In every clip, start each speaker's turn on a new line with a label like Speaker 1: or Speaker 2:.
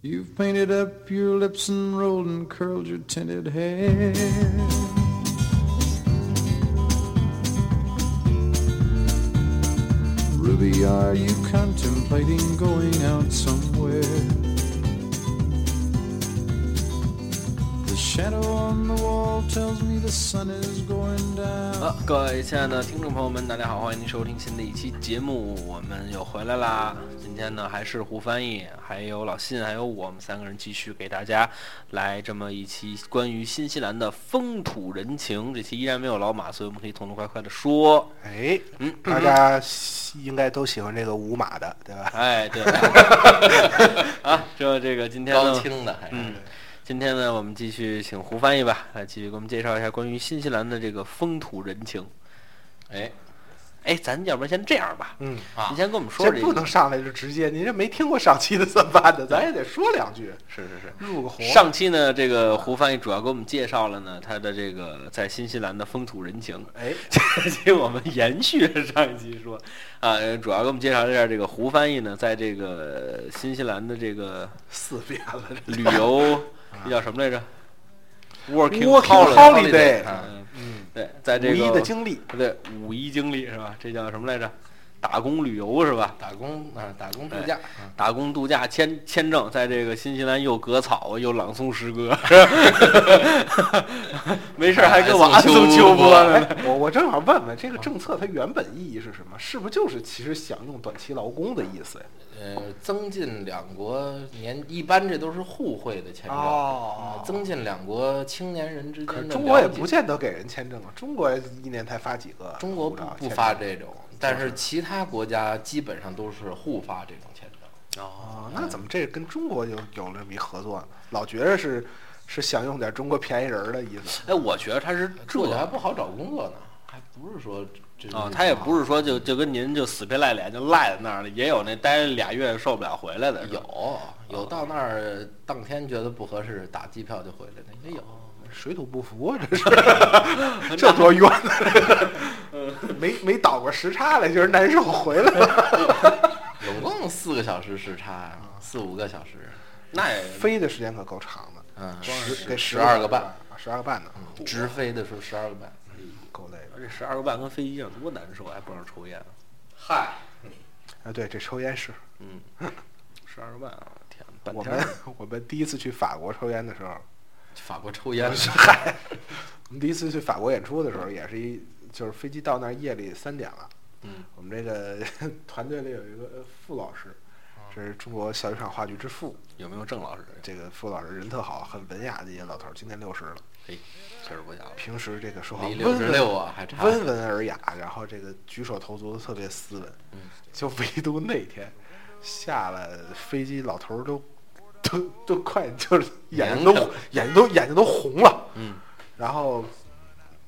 Speaker 1: You've painted up your lips and rolled and curled your tinted hair. Ruby, are you contemplating going out somewhere? The shadow on the wall tells me the sun is going down.
Speaker 2: 啊，各位亲爱的听众朋友们，大家好，欢迎您收听新的一期节目，我们又回来啦。今天呢，还是胡翻译，还有老信，还有我们三个人继续给大家来这么一期关于新西兰的风土人情。这期依然没有老马，所以我们可以痛痛快快的说。
Speaker 3: 哎，
Speaker 2: 嗯，
Speaker 3: 大家应该都喜欢这个五马的，对吧？
Speaker 2: 哎， 对，啊，这这个今天
Speaker 4: 高
Speaker 2: 呢，
Speaker 4: 清的哎还是
Speaker 2: 嗯，今天呢，我们继续请胡翻译吧，来继续给我们介绍一下关于新西兰的这个风土人情。
Speaker 4: 哎，
Speaker 2: 哎，咱要不然先这样吧，
Speaker 3: 嗯，
Speaker 4: 啊
Speaker 2: 你先跟我们说
Speaker 3: 这
Speaker 2: 说这
Speaker 3: 不
Speaker 2: 个
Speaker 3: 能上来就直接，您这没听过上期的怎么办 呢？咱也得说两句，
Speaker 4: 是是是，
Speaker 3: 入个红。
Speaker 2: 上期呢，这个胡翻译主要给我们介绍了呢他的这个在新西兰的风土人情。
Speaker 3: 哎，
Speaker 2: 这期我们延续着上一期说，啊，呃主要给我们介绍一下这个胡翻译呢，在这个呃新西兰的这个
Speaker 3: 四遍了，这
Speaker 2: 旅游这叫什么来着？Working
Speaker 3: 啊 Working
Speaker 2: holiday，
Speaker 3: holiday
Speaker 2: 嗯
Speaker 3: 嗯，
Speaker 2: 对，在这
Speaker 3: 五一的
Speaker 2: 个
Speaker 3: 经历，
Speaker 2: 对五一经历是吧？这叫什么来着？打工旅游是吧？
Speaker 4: 打工啊，打工度
Speaker 2: 哎
Speaker 4: 假，
Speaker 2: 打工度假签签证，在这个新西兰又割草又朗诵诗歌， 没事儿还跟我
Speaker 4: 还
Speaker 2: 暗
Speaker 4: 送
Speaker 2: 送
Speaker 4: 秋
Speaker 2: 秋波
Speaker 4: 波
Speaker 2: 呢。
Speaker 3: 哎，我我正好问问这个政策它原本意义是什么？是不是就是其实享用短期劳工的意思呀？
Speaker 4: 呃，增进两国年，一般这都是互惠的签证，
Speaker 3: 哦
Speaker 4: 啊增进两国青年人
Speaker 2: 哦
Speaker 4: 之间
Speaker 3: 可
Speaker 4: 的
Speaker 3: 是中国也
Speaker 4: 了解
Speaker 3: 不见得给人签证啊，中国一年才发几个护照？
Speaker 4: 中国不不
Speaker 3: 签证
Speaker 4: 发这种，但是其他国家基本上都是互发这种签证。
Speaker 3: 哦，那怎么这跟中国有有了这么一合作呢？老觉着是是想用点中国便宜人儿的意思。
Speaker 2: 哎，我觉得他是这
Speaker 4: 这还不好找工作呢，还不是说这
Speaker 2: 啊，
Speaker 3: 哦
Speaker 2: 他也不是说就就跟您就死皮赖脸就赖在那儿了，也有那待俩月受不了回来的，是吧
Speaker 4: 有有到那儿当天觉得不合适，打机票就回来的也有。
Speaker 3: 水土不服啊，这是这多冤呐！没没倒过时差来，觉得难受，回来了，
Speaker 4: 总共四个小时时差，啊四五个小时，
Speaker 2: 那也
Speaker 3: 飞的时间可够长的，
Speaker 4: 嗯，
Speaker 3: 十得10
Speaker 4: 十十二个半，，嗯
Speaker 3: 十二个半呢，
Speaker 4: 直飞的时候十二个半。
Speaker 3: 够累的。
Speaker 2: 这十二个半跟飞机上多难受，啊还不让抽烟。
Speaker 4: 嗨，
Speaker 3: 啊，对，这抽烟是
Speaker 2: 嗯，十二个半啊，天哪，半
Speaker 3: 我
Speaker 2: 天儿
Speaker 3: 们我们第一次去法国抽烟的时候，
Speaker 4: 法国抽烟，
Speaker 3: 我们第一次去法国演出的时候，也是一就是飞机到那儿夜里三点了。
Speaker 2: 嗯，
Speaker 3: 我们这个 团队里有一个呃傅老师，这是中国小剧场话剧之父。
Speaker 2: 有没有郑老师？
Speaker 3: 这个傅老师人特好，很文雅的一个老头儿，今年六十了。
Speaker 2: 嘿，确实不小了。
Speaker 3: 平时这个说话
Speaker 4: 离
Speaker 3: 温
Speaker 4: 六十六
Speaker 3: 文
Speaker 4: 啊还差。
Speaker 3: 温文尔雅，然后这个举手投足都特别斯文。
Speaker 4: 嗯
Speaker 3: 就唯独那天下了飞机，老头儿都都都快就是眼睛都
Speaker 4: 黏着
Speaker 3: 眼睛都眼睛都红了。
Speaker 2: 嗯，
Speaker 3: 然后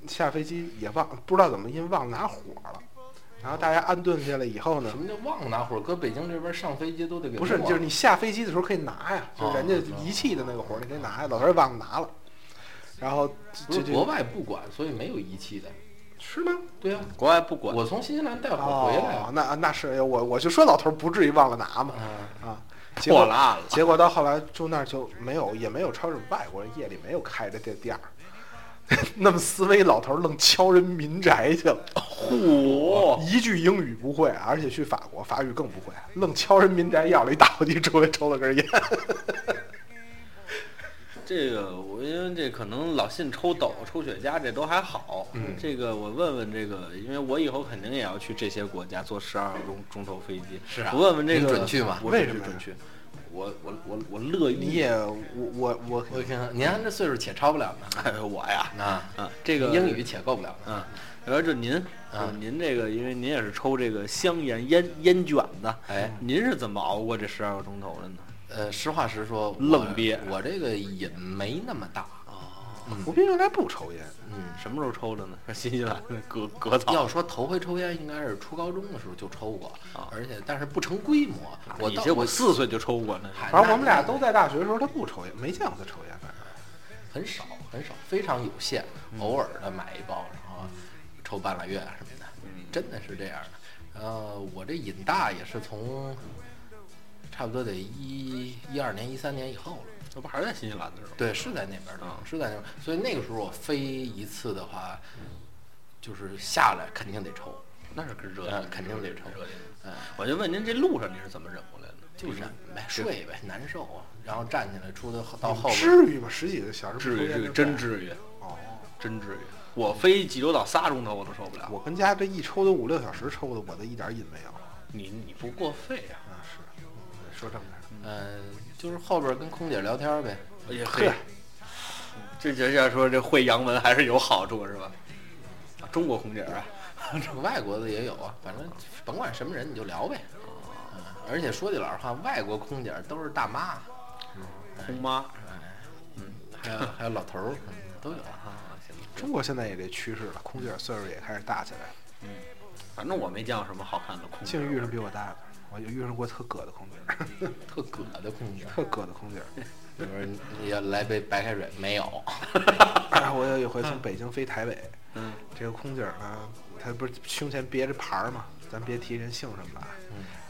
Speaker 3: 下飞机也忘不知道怎么，因为忘拿火了。然后大家安顿下来以后呢
Speaker 4: 什，么叫忘拿火？搁北京这边上飞机都得给
Speaker 3: 不是
Speaker 4: 忘
Speaker 3: 就是你下飞机的时候可以拿呀，就是人
Speaker 4: 哦
Speaker 3: 家仪器的那个火儿你可以拿呀，老头儿忘拿了。然后
Speaker 4: 不
Speaker 3: 这
Speaker 4: 是
Speaker 3: 这
Speaker 4: 国外不管，所以没有仪器的。
Speaker 3: 是吗？
Speaker 4: 对啊，
Speaker 2: 国外不管，
Speaker 4: 我从新西兰带火回来
Speaker 3: 哦
Speaker 4: 啊，
Speaker 3: 那那是我我就说老头儿不至于忘了拿嘛
Speaker 4: 嗯
Speaker 3: 啊，结
Speaker 2: 破
Speaker 3: 果
Speaker 2: 烂了。
Speaker 3: 结果到后来住那儿就没有，也没有超市，外国人夜里没有开的这店儿。 那么思维老头儿愣敲人民宅去了，
Speaker 4: 哦
Speaker 2: 嚯！
Speaker 3: 一句英语不会，而且去法国法语更不会，愣敲人民宅要了一打火机出来抽了根烟。
Speaker 2: 这个我因为这可能老信抽斗、抽雪茄这都还好。嗯，这个我问问这个，因为我以后肯定也要去这些国家坐十二个钟钟头飞机。
Speaker 4: 是啊
Speaker 2: 我问问这
Speaker 4: 你
Speaker 2: 个
Speaker 4: 准去吗
Speaker 2: 我
Speaker 3: 为
Speaker 2: 准去
Speaker 3: 什么
Speaker 2: 准
Speaker 3: 呀
Speaker 2: 去？我我我我乐
Speaker 3: 你
Speaker 2: 意。
Speaker 3: 也我我我
Speaker 4: 我一看您按这岁数且超不了 呢
Speaker 2: 哎，我呀，
Speaker 4: 啊，
Speaker 2: 啊，这个
Speaker 4: 英语且够不了呢。
Speaker 2: 啊，然后就您
Speaker 4: 啊
Speaker 2: 就您这个，因为您也是抽这个香烟烟烟卷子，
Speaker 4: 哎，
Speaker 2: 您是怎么熬过这十二个钟头的呢？
Speaker 4: 呃，实话实说，我
Speaker 2: 愣憋
Speaker 4: 我这个瘾没那么大，
Speaker 3: 胡斌原来不抽烟，
Speaker 4: 嗯，
Speaker 2: 什么时候抽的呢？ 是新西兰的割割草。
Speaker 4: 要说头回抽烟，应该是初高中的时候就抽过，
Speaker 2: 啊
Speaker 4: 而且但是不成规模。我
Speaker 2: 你
Speaker 4: 到
Speaker 2: 这
Speaker 4: 我
Speaker 2: 我四岁就抽过呢。
Speaker 4: 嗨
Speaker 3: 反正我们俩
Speaker 4: 那
Speaker 3: 都在大学的时候他不抽烟，没见过他抽烟，反正
Speaker 4: 很少很少，非常有限，偶尔的买一包，然后抽半拉月什么的，真的是这样的。呃，我这瘾大也是从差不多得一一二年、一三年以后了。
Speaker 2: 那不还是在新西兰的时候？
Speaker 4: 对，是在那边儿的，是在那边儿。所以那个时候我飞一次的话，就是下来肯定得抽，
Speaker 2: 那是跟热
Speaker 4: 呃
Speaker 2: 点，
Speaker 4: 肯定得抽。
Speaker 2: 热点。
Speaker 4: 嗯，
Speaker 2: 我就问您，这路上您是怎么忍过来的？
Speaker 4: 就忍呗，睡呗，难受啊。然后站起来，出的
Speaker 3: 嗯
Speaker 4: 到哦后边儿，
Speaker 3: 至于吗？十几个小时不
Speaker 2: 至
Speaker 3: 抽
Speaker 2: 于，
Speaker 3: 烟
Speaker 2: 至于，
Speaker 3: 就
Speaker 2: 真
Speaker 3: 干
Speaker 2: 至于，
Speaker 3: 哦。
Speaker 2: 真至于。我飞济州岛仨钟头我都受不了。
Speaker 3: 我跟家这一抽都五六小时抽的，我都一点瘾没有。
Speaker 2: 你你不过肺啊？
Speaker 3: 啊，是，嗯说正事儿。
Speaker 4: 嗯，就是后边儿跟空姐聊天儿呗。
Speaker 2: 也
Speaker 3: 呵
Speaker 2: 哎嘿，，这这要说这会洋文还是有好处是吧？啊中国空姐啊，
Speaker 4: 外国的也有啊，反正甭管什么人你就聊呗。嗯，而且说句老实话，外国空姐儿都是大妈，
Speaker 2: 空妈
Speaker 4: 还有还有老头儿、嗯都有。
Speaker 2: 啊，行吧。
Speaker 3: 中国现在也这趋势了，空姐岁数也开始大起来了，
Speaker 2: 反正我没见过什么好看的空姐
Speaker 3: 竟。遇上比我大的，我就遇上过特葛的空姐儿，
Speaker 4: 特葛的 空姐儿，
Speaker 3: 特葛的空姐儿。
Speaker 4: 比如说你要来杯白开水，没有，
Speaker 3: 哎我有一回从北京飞台北，
Speaker 2: 嗯
Speaker 3: 这个空姐儿呢，她不是胸前别着牌儿嘛，咱别提人姓什么的，啊，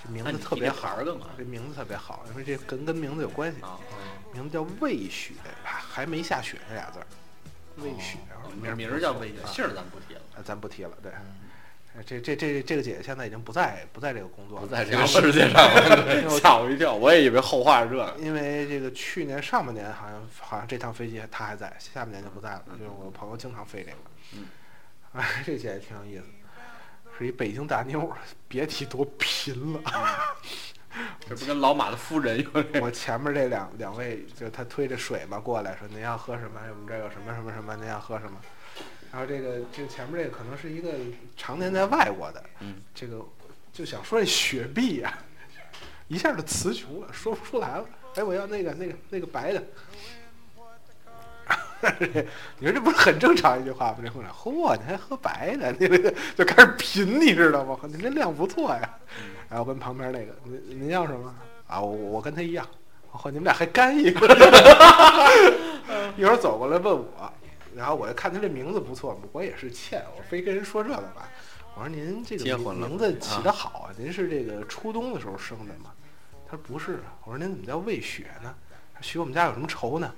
Speaker 3: 这名
Speaker 2: 嗯那
Speaker 3: 字
Speaker 2: 你
Speaker 3: 特
Speaker 2: 提
Speaker 3: 别
Speaker 2: 这牌
Speaker 3: 好
Speaker 2: 儿，干嘛
Speaker 3: 这名字特别好，因为这跟跟名字有关系，
Speaker 2: 啊，
Speaker 3: 名字叫魏雪，还没下雪这俩字儿，魏雪，
Speaker 2: 名
Speaker 3: 儿
Speaker 2: 哦名
Speaker 3: 不
Speaker 2: 儿叫嗯
Speaker 3: 错
Speaker 2: 魏姐，
Speaker 3: 啊
Speaker 2: 姓儿咱不提了。
Speaker 3: 啊，咱不提了。对，呃这这这这个姐姐现在已经不在不在这个工作
Speaker 4: 不
Speaker 3: 了，
Speaker 4: 在这
Speaker 2: 这
Speaker 4: 个
Speaker 2: 个
Speaker 4: 世
Speaker 2: 世界上了吓 我一跳，我也以为后话是这个。
Speaker 3: 因为这个去年上半年好像好像这趟飞机她还在，下半年就不在了。就是我朋友经常飞这个，
Speaker 2: 嗯，
Speaker 3: 哎， 这姐姐挺有意思，是一北京大妞儿，别提多贫了。
Speaker 2: 这不跟老马的夫人有点
Speaker 3: 我前面这两两位，就他推着水嘛过来说您要喝什么？我们这儿有什么什么什么？您要喝什么？然后这个这前面这个可能是一个常年在外国的，
Speaker 2: 嗯，
Speaker 3: 这个就想说这雪碧呀、一下就词穷了，说不出来了。哎，我要那个那个那个白的。 你说这不是很正常一句话吗？这会长，嚯，你还喝白的， 那个就开始贫，你知道吗？ 你这量不错呀。
Speaker 2: 嗯
Speaker 3: 然后跟旁边那个，您您要什么啊？我我跟他一样。嚯，你们俩还干一 个。 一会儿走过来问我，然后我就看他这名字不错，我也是欠，我非跟人说这个吧。我说您这个
Speaker 2: 结
Speaker 3: 名
Speaker 2: 婚了
Speaker 3: 名字起得好啊，您是这个初冬的时候生的吗？他说不是啊。我说您怎么叫魏雪呢？他说许我们家有什么仇呢？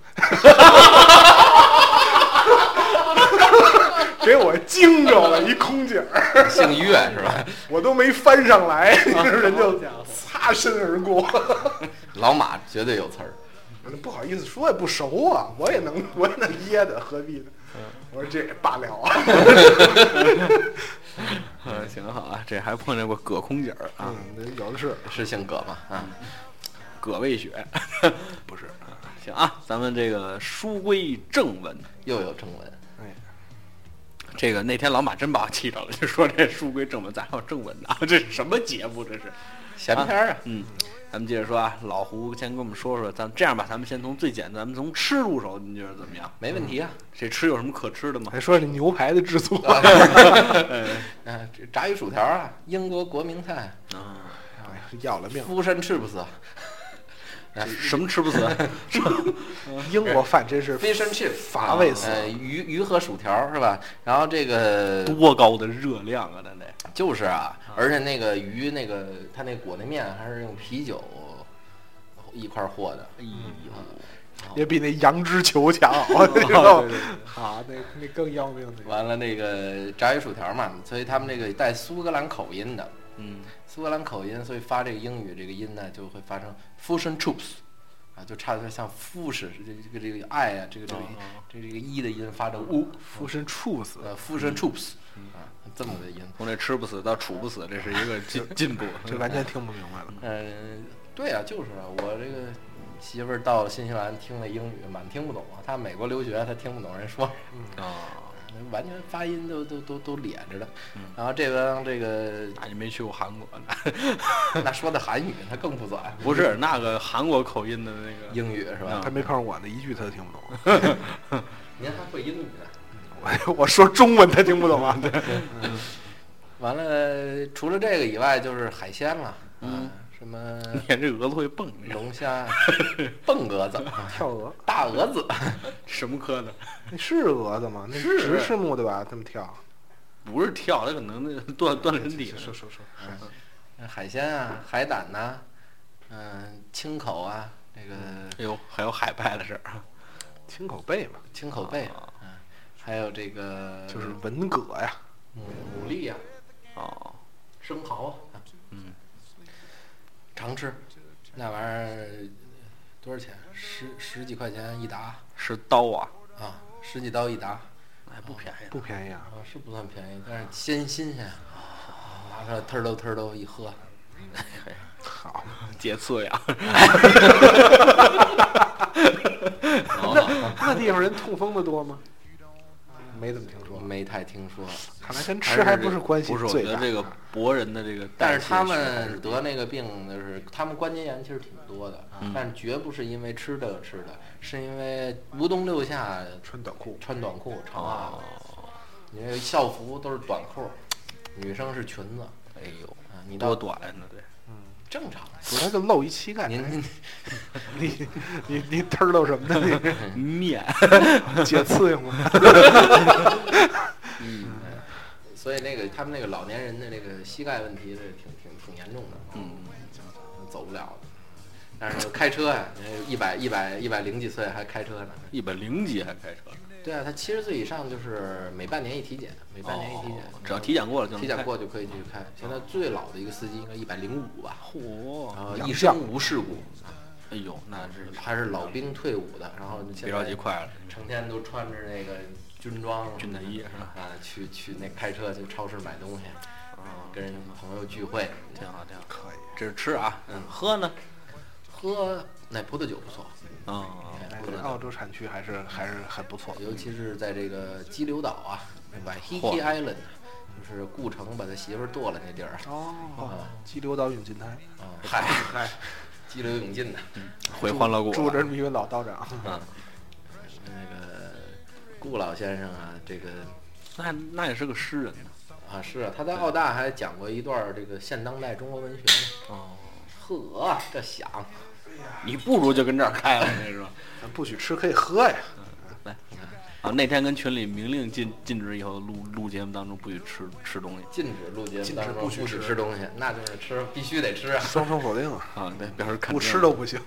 Speaker 3: 给我惊着了，一空姐儿，
Speaker 4: 姓岳是吧？
Speaker 3: 我都没翻上来，人就擦身而过。
Speaker 4: 老马绝对有词儿。
Speaker 3: 不好意思说也不熟啊，我也能我也能噎的，何必呢？我说这也罢了啊。
Speaker 2: 嗯，行好啊，这还碰见过葛空姐儿 啊，
Speaker 3: 嗯，有的是。
Speaker 4: 是姓葛嘛？啊，
Speaker 2: 葛魏 雪，不是。行啊，咱们这个书归正文，
Speaker 4: 又有正文，
Speaker 3: 哎，
Speaker 2: 这个那天老马真把我气着了，就说这书归正文，咋还有正文呢？这是什么节目？这是。
Speaker 4: 闲篇儿啊，
Speaker 2: 嗯，咱们接着说啊，老胡先跟我们说说，咱这样吧，咱们先从最简单，咱们从吃入手，您觉得怎么样？
Speaker 4: 没问题啊。
Speaker 2: 这吃有什么可吃的吗？
Speaker 3: 还说这牛排的制作，哎
Speaker 2: 哎
Speaker 4: 嗯，这炸鱼薯条啊，英国国民菜，
Speaker 2: 啊，
Speaker 3: 哎呀要了命！
Speaker 4: 夫山吃不死
Speaker 2: 什么吃不死？
Speaker 3: 英国饭真是
Speaker 4: ，fish and chips
Speaker 3: 乏味死了
Speaker 4: 呃，鱼鱼和薯条是吧？然后这个
Speaker 2: 多高的热量啊！咱得
Speaker 4: 就是啊，而且那个鱼那个他那裹那面还是用啤酒一块儿和的，
Speaker 2: 哎呦，
Speaker 3: 也比那羊脂球强，你知道吗
Speaker 2: 对对？
Speaker 3: 啊，那那更要命的。
Speaker 4: 完了那个炸鱼薯条嘛，所以他们这个带苏格兰口音的，
Speaker 2: 嗯，
Speaker 4: 苏格兰口音，所以发这个英语这个音呢就会发成 fusion troops，啊，就差点像 fush 这这个这个 i 啊，这个这个这个这个 e 的音发成 u，
Speaker 3: 附身处死，
Speaker 4: 呃 fusion troops 啊，这么个音。
Speaker 2: 从这吃不死到处不死，这是一个进进步。
Speaker 3: 这完全听不明白了。
Speaker 2: 呃
Speaker 4: 嗯，对啊，就是啊，我这个媳妇儿到了新西兰听那英语满听不懂啊，她美国留学她听不懂人说啥，
Speaker 2: 啊，
Speaker 4: 完全发音都都都都咧着的。
Speaker 2: 嗯
Speaker 4: 然后这帮这 个
Speaker 2: 那啊你没去过韩国呢？
Speaker 4: 那说的韩语她更不转，
Speaker 2: 不是啊那个韩国口音的那 个，
Speaker 4: 英语是吧？
Speaker 3: 他没碰上我呢，一句他都听不懂。
Speaker 4: 您还会英语呢？
Speaker 3: 我我说中文他听不 懂啊。
Speaker 4: 完了，除了这个以外就是海鲜了，嗯，什么
Speaker 2: 你看这蛾子会蹦，你看
Speaker 4: 龙虾、蹦蛾子、
Speaker 3: 跳鹅，
Speaker 4: 大蛾 子，
Speaker 2: 什么科的？
Speaker 3: 那是蛾子吗？那
Speaker 2: 是
Speaker 3: 直翅目的吧？这么跳，
Speaker 2: 不是跳，
Speaker 3: 哎
Speaker 2: 它可能那个锻锻炼身体呢。
Speaker 3: 说说说，
Speaker 4: 海鲜啊，海胆呐、啊，嗯，青口啊，那个
Speaker 2: 哎呦，还有海派的事儿啊，
Speaker 3: 青口贝嘛，
Speaker 4: 青口贝，嗯，还有这个
Speaker 2: 嗯
Speaker 4: 嗯
Speaker 3: 就是文革呀，
Speaker 4: 牡牡蛎呀、
Speaker 2: 哦，
Speaker 4: 啊生蚝啊，
Speaker 2: 嗯，
Speaker 4: 常吃，那玩意儿多少钱？十十几块钱一打
Speaker 2: 是刀啊，
Speaker 4: 啊，十几刀一打，
Speaker 2: 还不便宜呢。
Speaker 3: 不便宜啊。
Speaker 4: 啊，是不算便宜，但是鲜新鲜，啊拿出来特溜特溜一喝，
Speaker 3: 好，
Speaker 2: 节次呀，
Speaker 3: 那地方人痛风的多吗？没怎么听说，
Speaker 4: 没太听说。
Speaker 3: 看来 跟吃还不是关系
Speaker 2: 不是，我觉
Speaker 3: 最
Speaker 2: 得
Speaker 3: 大。
Speaker 2: 这个博人的这个，
Speaker 4: 但是他们得那个病，就是他们关节炎其实挺多的，但是绝不是因为吃这个吃的，是因为无冬六夏
Speaker 3: 穿短裤，
Speaker 4: 穿短裤、长袜
Speaker 2: 哦
Speaker 4: 子，因为校服都是短裤，女生是裙子，
Speaker 2: 哎呦，
Speaker 4: 啊，你到
Speaker 2: 多短呀，那得
Speaker 4: 正常。
Speaker 3: 主要就露一膝盖。
Speaker 4: 您
Speaker 3: 你你你嘚儿露什么呢？你
Speaker 2: 面，
Speaker 3: 解刺痒吗？
Speaker 4: 所以那个他们那个老年人的那个膝盖问题是挺挺挺严重的，
Speaker 2: 嗯，
Speaker 4: 走不了的。但是开车呀、一百一百一百零几岁还开车呢。
Speaker 2: 一百零几还开车，
Speaker 4: 对啊，他七十岁以上就是每半年一体检，每半年一体检，
Speaker 2: 哦只要体检过了就能
Speaker 4: 体检
Speaker 2: 开
Speaker 4: 过就可以继续开。现在最老的一个司机应该一百零五吧，
Speaker 2: 嚯
Speaker 4: 然，后
Speaker 3: 洋
Speaker 4: 一
Speaker 3: 将
Speaker 4: 生无事故，
Speaker 2: 哎呦，那是
Speaker 4: 还是老兵退伍的，然后
Speaker 2: 别着急，快了，
Speaker 4: 成天都穿着那个军装、
Speaker 2: 军大衣是吧啊
Speaker 4: 啊，去去那开车去超市买东西，
Speaker 2: 嗯
Speaker 4: 跟人朋友聚会，
Speaker 2: 挺好挺好。
Speaker 3: 可以，
Speaker 2: 这是吃啊，嗯，喝呢，
Speaker 4: 喝那葡萄酒不错，
Speaker 2: 嗯，
Speaker 4: 哎
Speaker 3: 哎
Speaker 4: 葡
Speaker 3: 这
Speaker 4: 萄
Speaker 3: 澳
Speaker 4: 酒，
Speaker 3: 洲产区还是还是很不错。
Speaker 4: 尤其是在这个激流岛啊，那 Waiheke
Speaker 2: 嚯
Speaker 4: Island，就是顾城把他媳妇儿剁了那地儿啊，
Speaker 3: 哦，激流岛永进台
Speaker 4: 啊
Speaker 2: 哦
Speaker 4: 嗨嗨，激流勇进的，
Speaker 2: 回欢乐谷
Speaker 3: 住着
Speaker 2: 了，
Speaker 3: 这么一位老道长，
Speaker 2: 嗯，
Speaker 4: 那个顾老先生啊，这个
Speaker 2: 那那也是个诗人呢，
Speaker 4: 啊是啊，他在澳大还讲过一段儿这个现当代中国文学呢，
Speaker 2: 哦，
Speaker 4: 呵，这响。
Speaker 2: 你不如就跟这儿开了，那是吧？
Speaker 3: 咱不许吃可以喝呀。
Speaker 2: 来 啊，那天跟群里明令禁禁止以后录录节目当中不许吃吃东西
Speaker 4: 禁止录节目，
Speaker 3: 禁止
Speaker 4: 当中
Speaker 3: 不许
Speaker 4: 不许
Speaker 3: 吃
Speaker 4: 吃东西，那就是吃，必须得吃 啊！
Speaker 3: 双重否定啊，
Speaker 2: 啊，对，表示肯定
Speaker 3: 不吃都不行。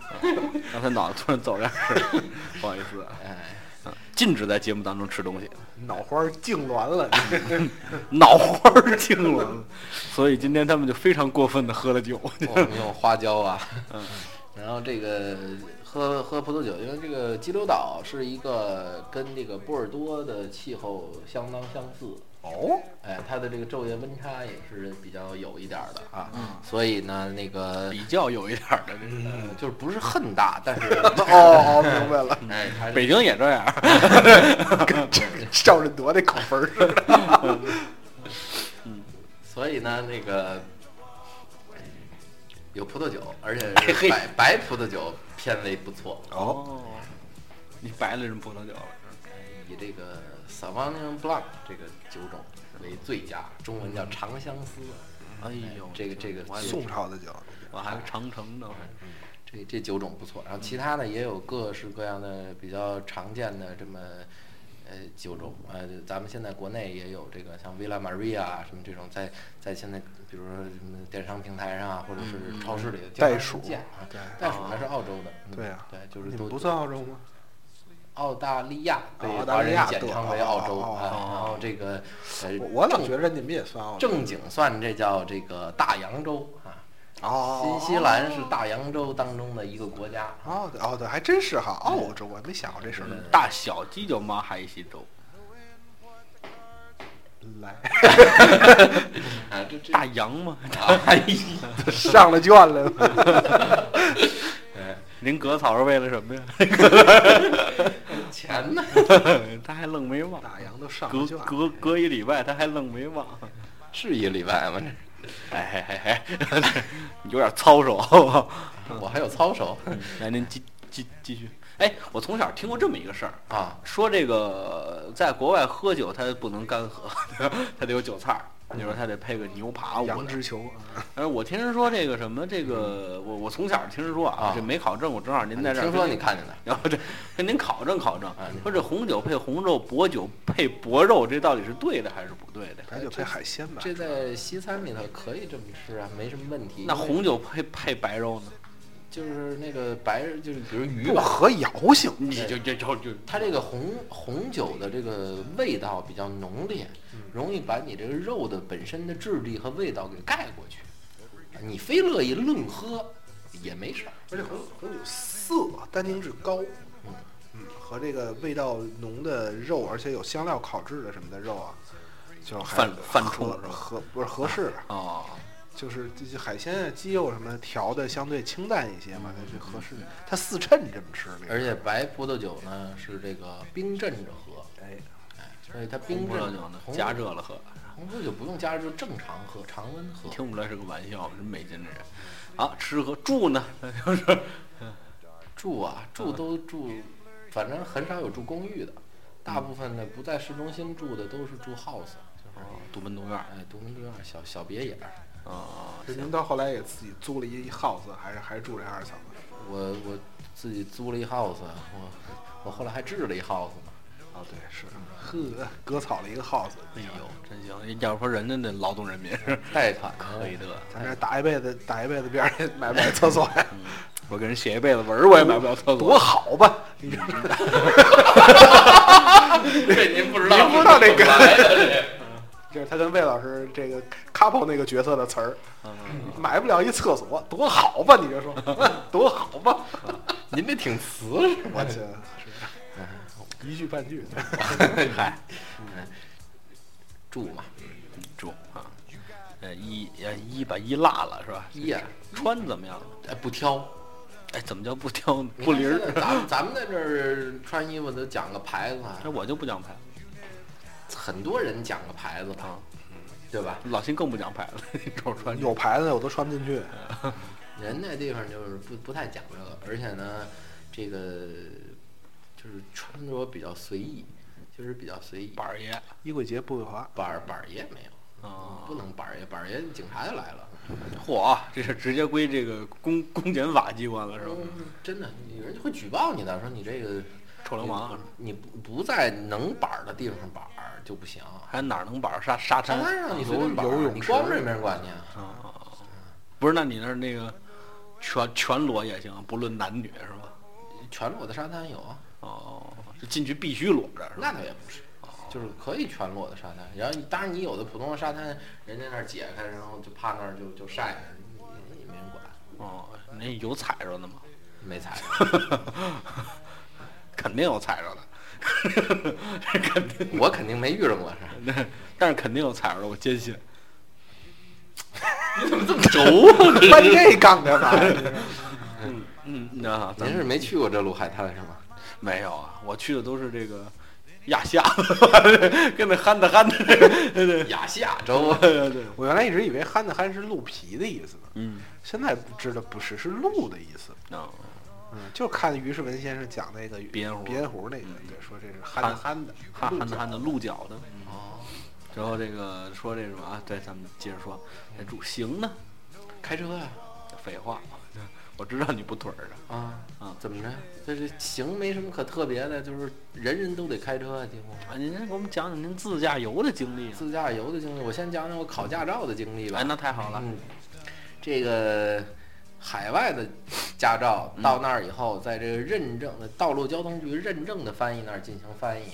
Speaker 2: 让他脑子突然走样儿， 不好意思啊，
Speaker 4: 哎，
Speaker 2: 啊禁止在节目当中吃东西，
Speaker 3: 脑花儿痉挛了，你
Speaker 2: 脑花儿痉挛，所以今天他们就非常过分的喝了酒，
Speaker 4: 我们用花椒啊，
Speaker 2: 嗯
Speaker 4: 然后这个喝喝葡萄酒，因为这个激流岛是一个跟这个波尔多的气候相当相似，
Speaker 3: 哦，
Speaker 4: 哎，它的这个昼夜温差也是比较有一点儿的啊，所以呢，那
Speaker 2: 嗯
Speaker 4: 个
Speaker 2: 比较有一点儿的这是。
Speaker 4: 呃就是不是很大，但是
Speaker 3: 哦哦，明白了，
Speaker 4: 哎，它是
Speaker 2: 北京也这样儿，
Speaker 3: 跟这赵振铎那口分儿似的。嗯
Speaker 4: 所以呢，那个有葡萄酒，而且是白白葡萄酒偏为不错。
Speaker 3: 哦，
Speaker 2: 你白了人葡萄酒了，
Speaker 4: 以这个 s a u v i g n o n Blanc 这个酒种为最佳，中文叫长相思。
Speaker 2: 哎呦，
Speaker 4: 这个这个
Speaker 2: 我还
Speaker 3: 宋朝的酒，
Speaker 2: 我还长城呢，我还
Speaker 4: 这这酒种不错，然后其他的也有各式各样的比较常见的这么呃酒种，呃，咱们现在国内也有这个像 Villa Maria 啊什么这种，在在现在比如说什么电商平台上啊，或者是超市里的
Speaker 3: 袋鼠
Speaker 4: 价啊
Speaker 3: 对
Speaker 4: 袋鼠还是澳洲的，嗯
Speaker 3: 对啊
Speaker 4: 对，就是
Speaker 3: 你
Speaker 4: 都
Speaker 3: 们不算澳洲吗？
Speaker 4: 澳大利亚被
Speaker 3: 澳大
Speaker 4: 华
Speaker 3: 利
Speaker 4: 人
Speaker 3: 亚
Speaker 4: 简
Speaker 3: 多
Speaker 4: 称为澳洲
Speaker 3: 哦哦
Speaker 4: 啊，
Speaker 3: 哦
Speaker 4: 然后这个呃
Speaker 3: 我我老
Speaker 4: 正
Speaker 3: 觉着你们也算澳洲。
Speaker 4: 正经算这叫这个大洋洲啊，
Speaker 3: 哦，
Speaker 4: 新西兰是大洋洲当中的一个国家。
Speaker 3: 哦，对哦对，还真是哈，澳洲我还没想过这事儿。
Speaker 2: 大小鸡就妈嗨西州，
Speaker 3: 来，
Speaker 4: 啊，这这
Speaker 2: 大洋嘛，哎 呀，
Speaker 3: 上了卷了，
Speaker 2: 您割草是为了什 么呀？
Speaker 4: 钱呢？
Speaker 2: 他还愣没忘，
Speaker 3: 大洋都上
Speaker 2: 隔
Speaker 3: 了卷。
Speaker 2: 隔隔一礼拜他还愣没忘，
Speaker 4: 是一礼拜吗？
Speaker 2: 哎哎哎哎， 你有点操 守好不好？
Speaker 4: 这 我还有操守
Speaker 2: 来，您继继继续。哎，我从小听过这么一个事儿，
Speaker 4: 啊！
Speaker 2: 说这个在国外喝酒，他不能干喝， 他得有酒菜儿。你说他得配个牛扒我
Speaker 3: 羊
Speaker 2: 的。
Speaker 3: 脂球，啊
Speaker 2: 但呃是我听人说这个什么这个，我我从小听说啊
Speaker 4: 啊，
Speaker 2: 这没考证，我正好您在这儿。
Speaker 4: 听说你看见的，
Speaker 2: 然后这跟您考证考证
Speaker 4: 啊您，
Speaker 2: 说这红酒配红肉，薄酒配薄肉，这到底是对的还是不对的？
Speaker 3: 白酒配海鲜吧。
Speaker 4: 这在西餐里头可以这么吃啊，没什么问题。
Speaker 2: 那
Speaker 4: 因为
Speaker 2: 红酒配配白肉呢？
Speaker 4: 就是那个白日，就是比如鱼
Speaker 3: 不
Speaker 4: 吧，
Speaker 3: 合姚性。
Speaker 2: 你就就就就
Speaker 4: 它这个红红酒的这个味道比较浓烈，容易把你这个肉的本身的质地和味道给盖过去。你非乐意愣喝也没事儿。
Speaker 3: 而且红红酒色，啊单宁质高，嗯，和这个味道浓的肉，而且有香料烤制的什么的肉啊，就还
Speaker 2: 犯犯
Speaker 3: 合
Speaker 2: 冲是吧
Speaker 3: 合不是合适，啊
Speaker 2: 哦，
Speaker 3: 就是这些海鲜啊、鸡肉什么的调的相对清淡一些嘛，它就合适，它四衬这么吃这个
Speaker 4: 而且白葡萄酒呢是这个冰镇着喝，
Speaker 3: 哎，
Speaker 4: 哎，所以它
Speaker 2: 冰
Speaker 4: 冰
Speaker 2: 葡
Speaker 4: 镇
Speaker 2: 萄酒呢，
Speaker 4: 红
Speaker 2: 加热了喝。
Speaker 4: 红葡萄酒不用加热，就正常喝，常温喝。
Speaker 2: 听不出来是个玩笑，真没劲的人。啊，吃喝住呢，那就是
Speaker 4: 住啊，住
Speaker 2: 嗯
Speaker 4: 都住，反正很少有住公寓的，大
Speaker 2: 嗯
Speaker 4: 部分的不在市中心住的都是住 house，就是
Speaker 2: 独门独院儿。
Speaker 4: 哎独门独院儿小小别野儿。
Speaker 2: 啊，
Speaker 3: 您到后来也自己租了一 house，还是还是住这二层的
Speaker 4: 我我自己租了一 house，我我后来还置了一 house 呢。
Speaker 3: 哦，对，是，嗯呵，割草了一个 house，
Speaker 2: 哎呦，真行！要说人家那劳动人民是
Speaker 4: 贷款呢
Speaker 2: 可以的，
Speaker 3: 咱这打一辈子打一辈子边儿也买不了厕所呀，
Speaker 2: 我给人写一辈子文儿，我也买不了厕所。
Speaker 3: 多好啊吧？你这
Speaker 2: 这您不知
Speaker 3: 您不知道这梗
Speaker 2: 个。
Speaker 3: 就是他跟魏老师这个 couple 那个角色的词儿，
Speaker 2: 嗯
Speaker 3: 买不了一厕所，多好吧？你就 说多好吧？
Speaker 2: 嗯
Speaker 4: 您这挺瓷实。
Speaker 3: 我去，是一句半句的。
Speaker 2: 嗨，
Speaker 4: 住嘛，
Speaker 2: 住啊，呃衣呃衣把衣落了是吧？
Speaker 4: 衣啊
Speaker 2: 穿怎么样？
Speaker 4: 哎不挑，
Speaker 2: 哎，怎么叫不挑呢？
Speaker 4: 不灵。咱们咱们在这儿穿衣服都讲个牌子啊，
Speaker 2: 这我就不讲牌，
Speaker 4: 很多人讲个牌子
Speaker 2: 嗯
Speaker 4: 吧，对吧？
Speaker 2: 老辛更不讲牌了。你瞅穿
Speaker 3: 有牌子我都穿不进去，
Speaker 2: 嗯
Speaker 4: 人那地方就是不不太讲这个，而且呢，这个就是穿着比较随意，就是比较随意。
Speaker 2: 板儿爷
Speaker 3: 衣柜节不会滑。
Speaker 4: 板儿板儿爷没有，
Speaker 2: 啊，
Speaker 4: 不能板儿爷，板儿爷警察就来了。
Speaker 2: 嚯，啊这是直接归这个公公检法机关了是吧？
Speaker 4: 嗯，真的，有人会举报你的，说你这个
Speaker 2: 臭流氓，
Speaker 4: 你不不在能板儿的地方板儿就不行。
Speaker 2: 还哪儿能板儿沙沙
Speaker 4: 沙
Speaker 2: 滩？
Speaker 4: 滩上你随便板
Speaker 3: 游
Speaker 4: 儿，
Speaker 3: 泳
Speaker 4: 你
Speaker 3: 池
Speaker 4: 光着也没人管你啊。
Speaker 2: 不是，那你那儿那个全全裸也行，不论男女是吧？
Speaker 4: 全裸的沙滩有啊，
Speaker 2: 哦，就进去必须裸着是吧？
Speaker 4: 那倒也不是，就是可以全裸的沙滩。然后你当然你有的普通的沙滩，人家那儿解开，然后就趴那儿就就晒着，也也没人管，
Speaker 2: 哦，那有踩着的吗？
Speaker 4: 没 踩。
Speaker 2: 肯定有踩着的，肯定，
Speaker 4: 我肯定没遇着过是吧。
Speaker 2: 但是肯定有踩着的，我坚信。你怎么这么轴啊？
Speaker 3: 搬这杠 干嘛呀？
Speaker 2: 嗯嗯，那咱
Speaker 4: 您
Speaker 2: 们
Speaker 4: 是没去过这鲁海滩是吗？
Speaker 2: 没有啊？我去的都是这个亚夏， 跟那憨的憨的，对对
Speaker 4: 亚夏州
Speaker 2: 对对，
Speaker 3: 我原来一直以为憨的憨是鹿皮的意思呢，
Speaker 2: 嗯，
Speaker 3: 现在知道不是，是鹿的意思。
Speaker 2: 那
Speaker 3: 嗯，就看于世文先生讲那个
Speaker 2: 鼻烟壶
Speaker 3: 鼻烟壶那个，对，说这是憨的憨的，
Speaker 2: 憨
Speaker 3: 鹿
Speaker 2: 憨的
Speaker 3: 角
Speaker 2: 憨的鹿角的，嗯
Speaker 4: 哦，
Speaker 2: 之后这个说这什么啊？对，咱们接着说，那主行呢？
Speaker 4: 开车啊呀
Speaker 2: 废话，啊我知道你不腿儿的
Speaker 4: 啊。
Speaker 2: 啊。
Speaker 4: 怎么着？就是行，没什么可特别的，就是人人都得开车啊，几乎。
Speaker 2: 啊，您先给我们讲讲您自驾游的经历啊。
Speaker 4: 自驾游的经历，我先讲讲我考驾照的经历吧。
Speaker 2: 哎，那太好了。
Speaker 4: 嗯，这个海外的驾照到那儿以后，在这个认证的道路交通局认证的翻译那儿进行翻译，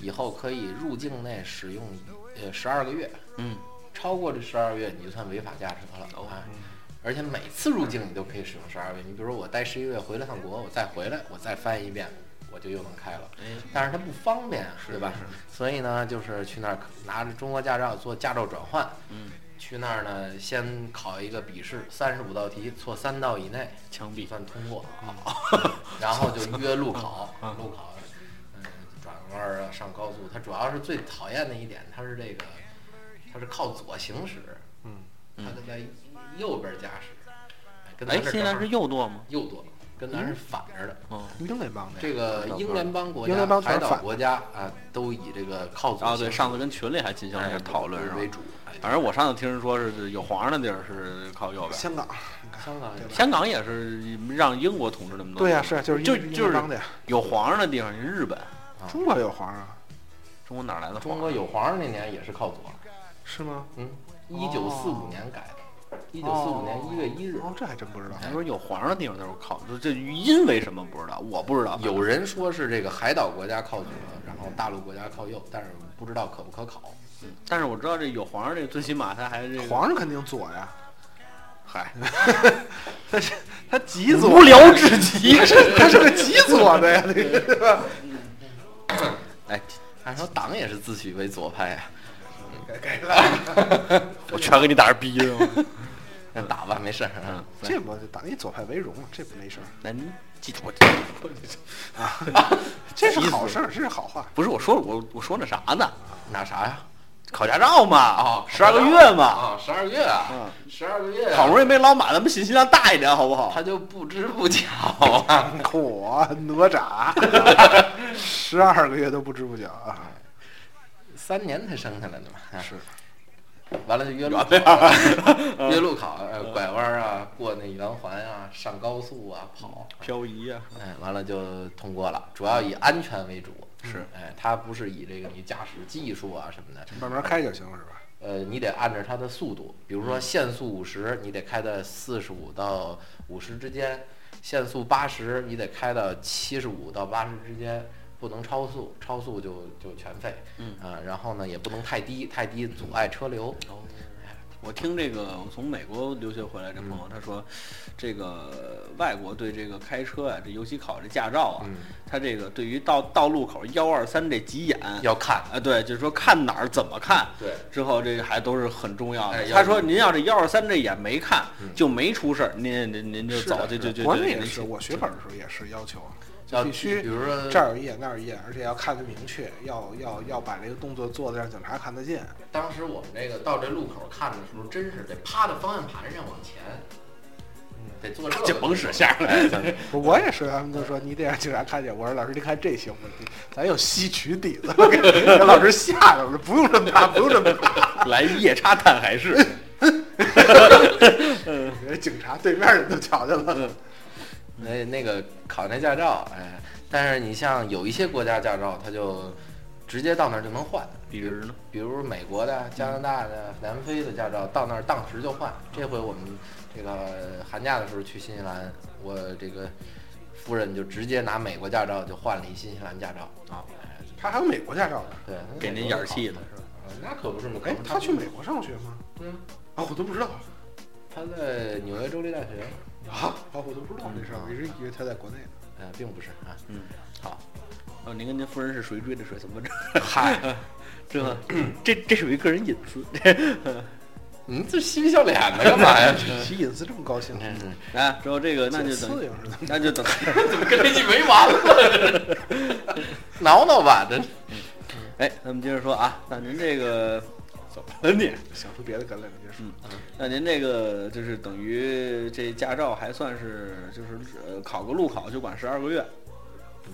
Speaker 4: 以后可以入境内使用呃十二个月，
Speaker 2: 嗯，
Speaker 4: 超过这十二月你就算违法驾车了
Speaker 2: 哦
Speaker 4: 啊。而且每次入境你都可以使用十二月，你比如说我待十一个月回了趟国，我再回来我再翻一遍，我就又能开了。
Speaker 2: 哎，
Speaker 4: 但是它不方便，啊对吧？所以呢，就是去那儿拿着中国驾照做驾照转换，
Speaker 2: 嗯，
Speaker 4: 去那儿呢先考一个笔试，三十五道题，错三道以内
Speaker 2: 枪
Speaker 4: 也
Speaker 2: 毙。嗯
Speaker 4: 算通过， 然后就约路考，路考，嗯，转个弯儿啊，上高速。它主要是最讨厌的一点，它是这个，它是靠左行驶，
Speaker 3: 嗯，
Speaker 4: 它是在右边驾驶，哎跟咱
Speaker 2: 哎，
Speaker 4: 这
Speaker 2: 新西
Speaker 4: 正
Speaker 2: 兰
Speaker 4: 好
Speaker 2: 是右舵吗？
Speaker 4: 右舵，跟咱是反着的。
Speaker 2: 嗯，
Speaker 3: 英联邦的呀。
Speaker 4: 这个英联邦国家、
Speaker 3: 英联邦全
Speaker 4: 海
Speaker 3: 是
Speaker 4: 岛
Speaker 3: 反
Speaker 4: 国家啊，都以这个靠左
Speaker 2: 啊，对，
Speaker 4: 行驶
Speaker 2: 上次跟群里还进行了一
Speaker 4: 哎
Speaker 2: 个讨论，是
Speaker 4: 为
Speaker 2: 吧？
Speaker 4: 主。哎
Speaker 2: 反正我上次听人说是有皇上的地儿是靠右边，
Speaker 3: 香港，
Speaker 4: 香港
Speaker 3: 对吧
Speaker 2: 香港也是让英国统治那么多。
Speaker 3: 对呀、是啊就是
Speaker 2: 就
Speaker 3: 英英
Speaker 2: 就
Speaker 3: 联
Speaker 2: 是
Speaker 3: 邦的呀。
Speaker 2: 有皇上的地方，日本、
Speaker 3: 中国有皇上啊
Speaker 2: 中国哪儿来的皇啊
Speaker 4: 中
Speaker 2: 上？
Speaker 4: 国有皇上那年也是靠左，
Speaker 2: 哦
Speaker 3: 是吗？
Speaker 4: 嗯，一九四五年改的，一九四五年一月一日。
Speaker 3: 哦，这还真不知道。
Speaker 2: 他说有皇上地方都是靠，就这因为什么不知道，我不知道。
Speaker 4: 有人说是这个海岛国家靠左，然后大陆国家靠右，但是不知道可不可考。
Speaker 2: 但是我知道这有皇上这，最起码他还这个
Speaker 3: 皇上肯定左呀，
Speaker 2: 嗨，
Speaker 3: 他是他极左，
Speaker 2: 无聊至极。
Speaker 3: 他是他是个极左的呀，这个对吧？
Speaker 4: 哎，按说党也是自诩为左派啊，
Speaker 2: 我全给你打着逼 了。
Speaker 4: 那打吧，没事儿。嗯
Speaker 3: 这不党以左派为荣，这不没事儿
Speaker 2: 那你记住我，
Speaker 3: 啊，这是好事儿，这是好话。
Speaker 2: 不是我说我我说那啥呢？
Speaker 4: 那啥呀？
Speaker 2: 考驾照嘛，啊
Speaker 4: 哦，
Speaker 2: 十二个月嘛，
Speaker 4: 啊，十二月啊，十二个月啊，
Speaker 2: 好不容易没老马，咱们信息量大一点，好不好？
Speaker 4: 他就不知不觉啊。
Speaker 3: 火哪吒，十二个月都不知不觉啊！
Speaker 4: 三年才生下来 的嘛，啊
Speaker 3: 是，
Speaker 4: 完了就
Speaker 2: 啊
Speaker 4: 约路 口，约路口，呃拐弯儿啊，过那圆环啊，上高速啊，跑，
Speaker 2: 漂移呀，
Speaker 4: 哎，完了就通过了，主要以安全为主，
Speaker 2: 是，
Speaker 4: 哎，它不是以这个你驾驶技术啊什么的，
Speaker 3: 慢慢开就行了，是吧？
Speaker 4: 呃，你得按照它的速度，比
Speaker 2: 嗯
Speaker 4: 如说限速五十，你得开到四十五到五十之间；限速八十，你得开到七十五到八十之间，不能超速，超速就就全废。
Speaker 2: 嗯
Speaker 4: 啊，然后呢，也不能太低，太低阻碍车流。
Speaker 2: 哦我听这个，我从美国留学回来这朋友他说，这个外国对这个开车啊，这尤其考这驾照啊，
Speaker 4: 嗯，
Speaker 2: 他这个对于道道路口幺二三这急眼
Speaker 4: 要看。
Speaker 2: 啊，对，就是说看哪儿怎么看，
Speaker 4: 对，
Speaker 2: 之后这还都是很重要
Speaker 4: 哎
Speaker 2: 的。
Speaker 4: 要
Speaker 2: 他
Speaker 4: 是
Speaker 2: 说您要这幺二三这眼没看
Speaker 4: 嗯，
Speaker 2: 就没出事儿，您您您就是走
Speaker 4: 的
Speaker 2: 就是就就
Speaker 3: 国
Speaker 2: 就
Speaker 3: 内也
Speaker 2: 您
Speaker 3: 是，
Speaker 2: 去
Speaker 3: 我学本儿的时候也是要求，就
Speaker 4: 要
Speaker 3: 必须
Speaker 4: 比如说
Speaker 3: 这儿有一眼那儿有一眼，而且要看得明确，要要要把这个动作做的让警察看得见。
Speaker 4: 当时我们这个到这路口看的时候，真是得趴到方向盘上往前，得 做这
Speaker 2: 嗯
Speaker 4: 个。
Speaker 2: 就甭使下来。
Speaker 3: 我我也是，他们都说你得让警察看见。我说老师，您看这行吗？咱有吸取底子，给给老师吓着了，不用这么大，不用这么大。
Speaker 2: 来夜叉探海式，
Speaker 3: 人警察对面人都瞧见
Speaker 2: 嗯
Speaker 3: 了，
Speaker 4: 哎那那个考那驾照，哎，但是你像有一些国家驾照，它就直接到那儿就能换，
Speaker 2: 比如呢？
Speaker 4: 比如美国的、加拿大的、南非的驾照，到那儿当时就换。这回我们这个寒假的时候去新西兰，我这个夫人就直接拿美国驾照就换了一新西兰驾照啊，哎
Speaker 3: 他还有美国驾照呢。
Speaker 4: 对，
Speaker 2: 给您眼儿气的，
Speaker 4: 呃那可不是
Speaker 2: 嗯
Speaker 4: 嘛，可
Speaker 3: 哎
Speaker 4: 不，是
Speaker 3: 他去美国上学吗？
Speaker 4: 嗯，
Speaker 3: 啊，我都不知道
Speaker 4: 他在纽约州立大学，
Speaker 2: 嗯
Speaker 3: 啊，啊，我都不知道这事儿，我一直以为他在国内呢。
Speaker 4: 呃，并不是啊，
Speaker 2: 嗯，
Speaker 4: 好，
Speaker 2: 哦，您跟您夫人是谁追的水？怎 么着？
Speaker 4: 嗨，
Speaker 2: 这个这这属于个人隐私。
Speaker 4: 您这嬉皮笑脸的干嘛呀？这
Speaker 3: 洗隐私这么高兴，
Speaker 4: 真是。
Speaker 2: 来，啊之后这个哎嗯那就等
Speaker 3: 刺
Speaker 2: 于，
Speaker 3: 应似的。
Speaker 2: 那就等于。
Speaker 4: 怎么跟这句没完了？挠挠吧，这
Speaker 2: 哎，咱们接着说啊，那您这 个怎么了你？
Speaker 3: 想出别的梗来了，别说。
Speaker 2: 那您这个就是等于这驾照还算是就是呃考个路考就管十二 个月，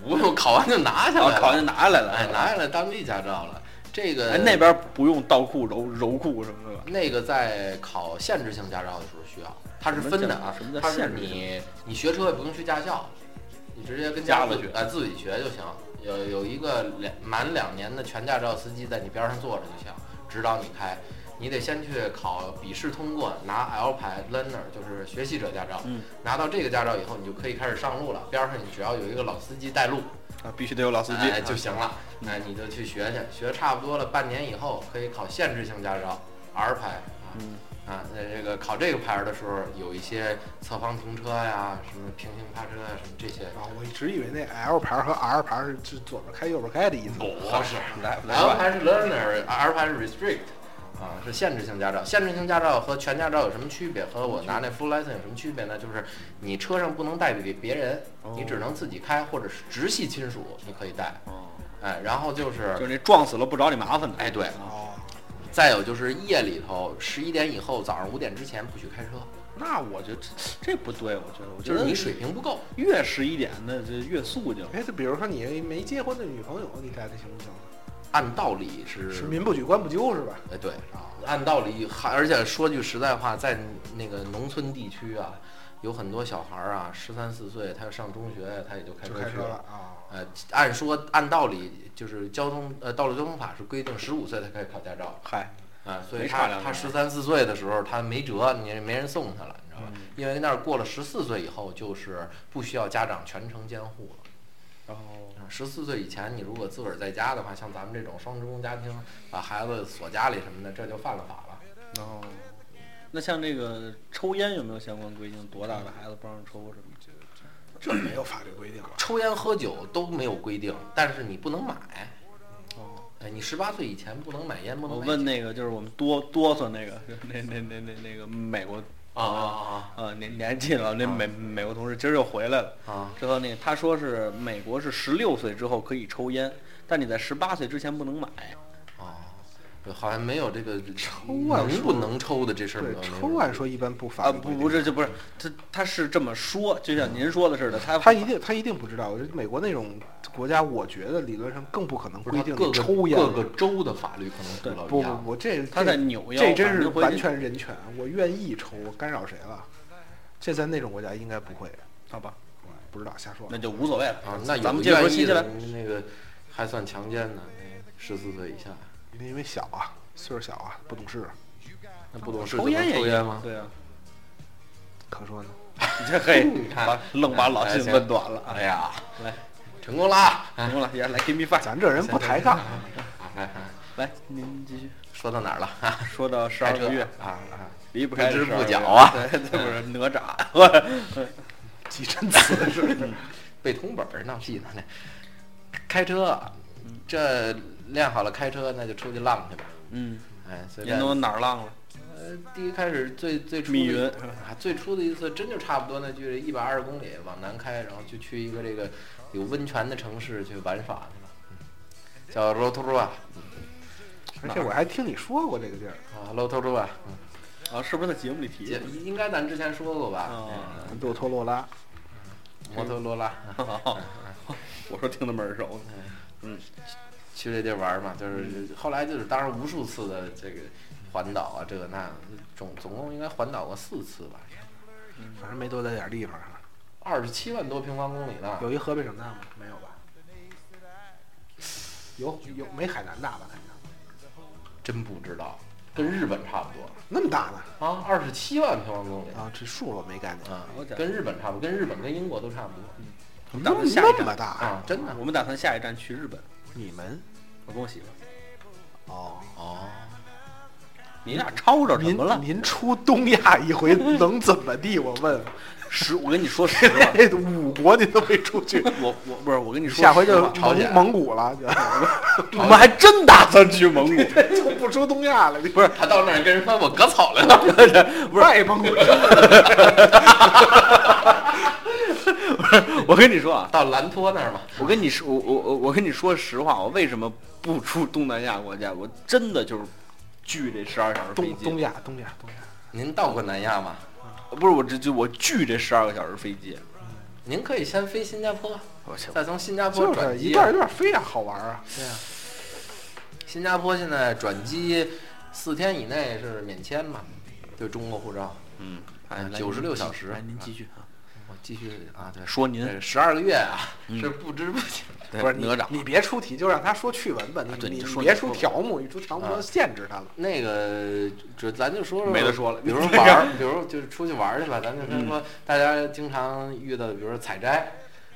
Speaker 4: 不用考完就拿下
Speaker 2: 然后
Speaker 4: 来了，
Speaker 2: 考就哦拿下来了，
Speaker 4: 哎拿下来当地驾照了。这个
Speaker 2: 哎那边不用倒库揉揉库什么的吧？
Speaker 4: 那个在考限制性驾照的时候需要，它是分的啊
Speaker 2: 什么叫，
Speaker 4: 它是
Speaker 2: 限制性
Speaker 4: 你你学车也不用去驾校，你直接跟
Speaker 2: 家
Speaker 4: 家
Speaker 2: 里
Speaker 4: 自
Speaker 2: 学
Speaker 4: 啊自己学就行。有有一个两满两年的全驾照司机在你边上坐着就行，指导你开。你得先去考笔试通过，拿 L 牌 Learner 就是学习者驾照。
Speaker 2: 嗯
Speaker 4: 拿到这个驾照以后，你就可以开始上路了。边上你只要有一个老司机带路，
Speaker 2: 啊，必须得有老司机
Speaker 4: 哎、就行了。哎，你就去学去，学差不多了，半年以后可以考限制性驾照 R 牌啊。
Speaker 2: 嗯
Speaker 4: 啊，那这个考这个牌儿的时候，有一些侧方停车呀、什么平行趴车呀、什么这些。
Speaker 3: 啊，我一直以为那 L 牌和 R 牌是是左边开右边开的意思。
Speaker 4: 不 是
Speaker 2: 啊来
Speaker 4: ，L
Speaker 2: 来吧。
Speaker 4: 牌是 learner，R 牌是 restrict，啊，是限制性驾照。限制性驾照和全驾照有什么区别？和我拿
Speaker 2: 嗯
Speaker 4: 那 full license 有什么区别呢？就是你车上不能带别别人，你只能自己开，或者是直系亲属你可以带。
Speaker 2: 哦，
Speaker 4: 哎，然后就是
Speaker 2: 啊就是那嗯撞死了不找你麻烦的。
Speaker 4: 哎，对，
Speaker 3: 哦，
Speaker 4: 再有就是夜里头十一点以后，早上五点之前不许开车，
Speaker 2: 那我觉得这这不对，我觉得我觉
Speaker 4: 就
Speaker 2: 得
Speaker 4: 是你水平不够。
Speaker 2: 越十一点那就越肃静。
Speaker 3: 哎，就比如说你没结婚的女朋友，你带她行不行？
Speaker 4: 按道理是，
Speaker 3: 是民不举，官不究，是吧？
Speaker 4: 哎，对，
Speaker 3: 啊，
Speaker 4: 按道理还而且说句实在话，在那个农村地区啊，有很多小孩儿啊，十三四岁，他要上中学，他也就开
Speaker 3: 就
Speaker 4: 车
Speaker 3: 开
Speaker 4: 去
Speaker 3: 车了。啊。
Speaker 4: 呃，按说按道理就是交通呃道路交通法是规定十五岁才可以考驾照，
Speaker 2: 嗨，
Speaker 4: 啊，所以
Speaker 2: 没差
Speaker 4: 他
Speaker 2: 两
Speaker 4: 他
Speaker 2: 年
Speaker 4: 十三四岁的时候，他没辙，你没人送他了，你知道吧？
Speaker 2: 嗯
Speaker 4: 因为那儿过了十四岁以后，就是不需要家长全程监护了。啊
Speaker 2: 然后
Speaker 4: 十四岁以前，你如果自个儿在家的话，像咱们这种双职工家庭，把孩子锁家里什么的，这就犯了法了。
Speaker 2: 然后，那像这个抽烟有没有相关规定？多大的孩子不让抽什么？
Speaker 3: 这没有法律规定了。
Speaker 4: 抽烟喝酒都没有规定，但是你不能买。
Speaker 2: 哦，
Speaker 4: 哎，你十八岁以前不能买烟，不能
Speaker 2: 我
Speaker 4: 买
Speaker 2: 问
Speaker 4: 酒
Speaker 2: 那个就是我们哆哆嗦那个那那那那那个美国
Speaker 4: 啊啊
Speaker 2: 啊年年纪了那美美国同事今儿又回来了。
Speaker 4: 啊啊！
Speaker 2: 之后那个他说是美国是十六岁之后可以抽烟，但你在十八岁之前不能买。
Speaker 4: 哦，对好像没有这个抽
Speaker 3: 按
Speaker 4: 能
Speaker 3: 说
Speaker 4: 不能抽的这事儿没
Speaker 3: 对
Speaker 4: 有。，
Speaker 3: 抽按说一般不法
Speaker 2: 啊，
Speaker 3: 律规
Speaker 2: 不
Speaker 3: 定
Speaker 2: 不是，这不是他他是这么说，就像您说的似的，他
Speaker 3: 他一定他一定不知道。我觉得美国那种国家，我觉得理论上更不可能
Speaker 4: 不是
Speaker 3: 规
Speaker 4: 它
Speaker 3: 定
Speaker 4: 各个
Speaker 3: 抽烟
Speaker 4: 各个州的法律可能
Speaker 2: 对
Speaker 4: 不老
Speaker 3: 不
Speaker 4: 一
Speaker 3: 不
Speaker 4: 样。
Speaker 3: 不，这
Speaker 2: 他
Speaker 3: 这
Speaker 2: 在扭腰
Speaker 3: 这真
Speaker 2: 反
Speaker 3: 是
Speaker 2: 正会
Speaker 3: 完全人权，我愿意抽，我干扰谁了？这在那种国家应该不会，
Speaker 2: 好吧，
Speaker 3: 不知道瞎说。
Speaker 2: 那就无所谓了
Speaker 4: 啊，那有
Speaker 2: 咱们
Speaker 4: 的
Speaker 2: 接着说
Speaker 4: 愿
Speaker 2: 新西
Speaker 4: 意的
Speaker 2: 兰，
Speaker 4: 那个还算强奸呢，十四岁以下，
Speaker 3: 因为小啊，岁数小啊，不懂事，
Speaker 4: 那不懂事
Speaker 2: 抽烟
Speaker 4: 怎
Speaker 2: 也
Speaker 4: 么抽烟吗？
Speaker 2: 对啊，
Speaker 3: 可说呢。
Speaker 2: 你这嘿，
Speaker 4: 你看
Speaker 2: 把愣把老信问短了啊！
Speaker 4: 哎呀，
Speaker 2: 来，
Speaker 4: 成功了啊！
Speaker 2: 成功了，也来 give me five，
Speaker 3: 咱这人不抬 杠，
Speaker 4: 啊来，来
Speaker 2: 来您继续
Speaker 4: 说到哪儿了？
Speaker 2: 说到十二个月，
Speaker 4: 啊啊！
Speaker 2: 离不开
Speaker 4: 不
Speaker 2: 12
Speaker 4: 知不
Speaker 2: 个
Speaker 4: 觉
Speaker 2: 月
Speaker 4: 啊
Speaker 2: 对，这不是哪吒，
Speaker 3: 几针刺的是。
Speaker 4: 背铜本儿闹戏呢。开车，这练好了开车，那就出去浪去吧。
Speaker 2: 嗯，
Speaker 4: 哎，随
Speaker 2: 您
Speaker 4: 便。
Speaker 2: 都哪儿浪了？
Speaker 4: 呃，第一开始最最初
Speaker 2: 密
Speaker 4: 的
Speaker 2: 云
Speaker 4: 啊，最初的一次真就差不多那距离一百二十公里往南开，然后就去一个这个有温泉的城市去玩耍去了，嗯叫 Rotorua
Speaker 3: 而且我还听你说过这个地儿，
Speaker 4: 啊，Rotorua，嗯
Speaker 2: 啊，是不是在节目里提
Speaker 4: 也？应该咱之前说过吧？
Speaker 2: 哦
Speaker 4: 嗯
Speaker 3: 多托罗拉。
Speaker 4: 摩托罗拉。嗯
Speaker 2: 我说听那么耳熟呢，
Speaker 4: 去这地儿玩儿嘛，就是后来就是当然无数次的这个环岛啊，这个那，总总共应该环岛过四次吧，
Speaker 3: 反正没多大点儿地方啊。
Speaker 4: 二十七万多平方公里呢。
Speaker 3: 有一河北省大吗？没有吧？嗯有有没海南大吧？肯定
Speaker 4: 真不知道，跟日本差不多
Speaker 3: 那么大呢？
Speaker 4: 啊，二十七万平方公里
Speaker 3: 啊，这数我没概念。
Speaker 4: 啊
Speaker 2: 好家，伙
Speaker 4: 跟日本差不多，跟日本跟英国都差不多
Speaker 2: 我们打
Speaker 3: 嗯那么
Speaker 2: 算下一
Speaker 3: 那么
Speaker 2: 站，
Speaker 3: 大
Speaker 4: 啊，真的
Speaker 2: 我们打算下一站去日本，
Speaker 3: 你们
Speaker 2: 我跟我媳妇儿，
Speaker 3: 哦，
Speaker 4: 哦。
Speaker 2: 你俩吵吵什
Speaker 3: 您
Speaker 2: 么了？
Speaker 3: 哦您出东亚一回能怎么地？我 问，
Speaker 2: 实，我跟你说实话，
Speaker 3: 这五国您都没出去，
Speaker 2: 我我不是我跟你说实话，
Speaker 3: 下回就
Speaker 4: 朝鲜
Speaker 3: 蒙蒙古了，
Speaker 2: 我们还真打算去蒙古，
Speaker 3: 就就不出东亚了。不是
Speaker 4: 他到那儿跟人说我割草来了，
Speaker 3: 外蒙 古，
Speaker 2: 我跟你说啊，
Speaker 4: 到兰托那儿嘛，
Speaker 2: 我跟你说，我我我我跟你说实话，我为什么不出东南亚国家？我真的就是惧这十二小时飞
Speaker 3: 东
Speaker 2: 机。
Speaker 3: 东亚东亚东亚，
Speaker 4: 您到过南亚吗？
Speaker 2: 不是我这就我惧这十二个小时飞机。
Speaker 4: 您可以先飞新加坡，
Speaker 2: 我去，
Speaker 4: 再从新加坡
Speaker 3: 就
Speaker 4: 转
Speaker 3: 是
Speaker 4: 机
Speaker 3: 一段一段非常好玩啊。
Speaker 4: 对啊，新加坡现在转机四天以内是免签嘛？对中国护照，
Speaker 2: 嗯，
Speaker 4: 哎
Speaker 2: 来您
Speaker 4: 96小时
Speaker 2: 来您继续啊，呃
Speaker 4: 我继续啊，对，
Speaker 2: 说您
Speaker 4: 十二个月啊，
Speaker 2: 嗯
Speaker 4: 是不知不觉。
Speaker 2: 对
Speaker 3: 不是你
Speaker 2: 哪吒，
Speaker 3: 你别出题，就让他说趣闻吧。
Speaker 2: 啊
Speaker 3: 你
Speaker 2: 对你
Speaker 3: 你
Speaker 2: 就
Speaker 3: 你
Speaker 2: 说
Speaker 3: 别
Speaker 2: 你
Speaker 3: 出
Speaker 2: 说吧
Speaker 3: 条目，一出条目
Speaker 4: 啊
Speaker 3: 就限制他了。
Speaker 4: 那个，就咱就说说，
Speaker 2: 没得说了嗯
Speaker 4: 比如说玩 儿，比如说就是出去玩儿去吧，咱就先说大家经常遇到的，比如说采摘。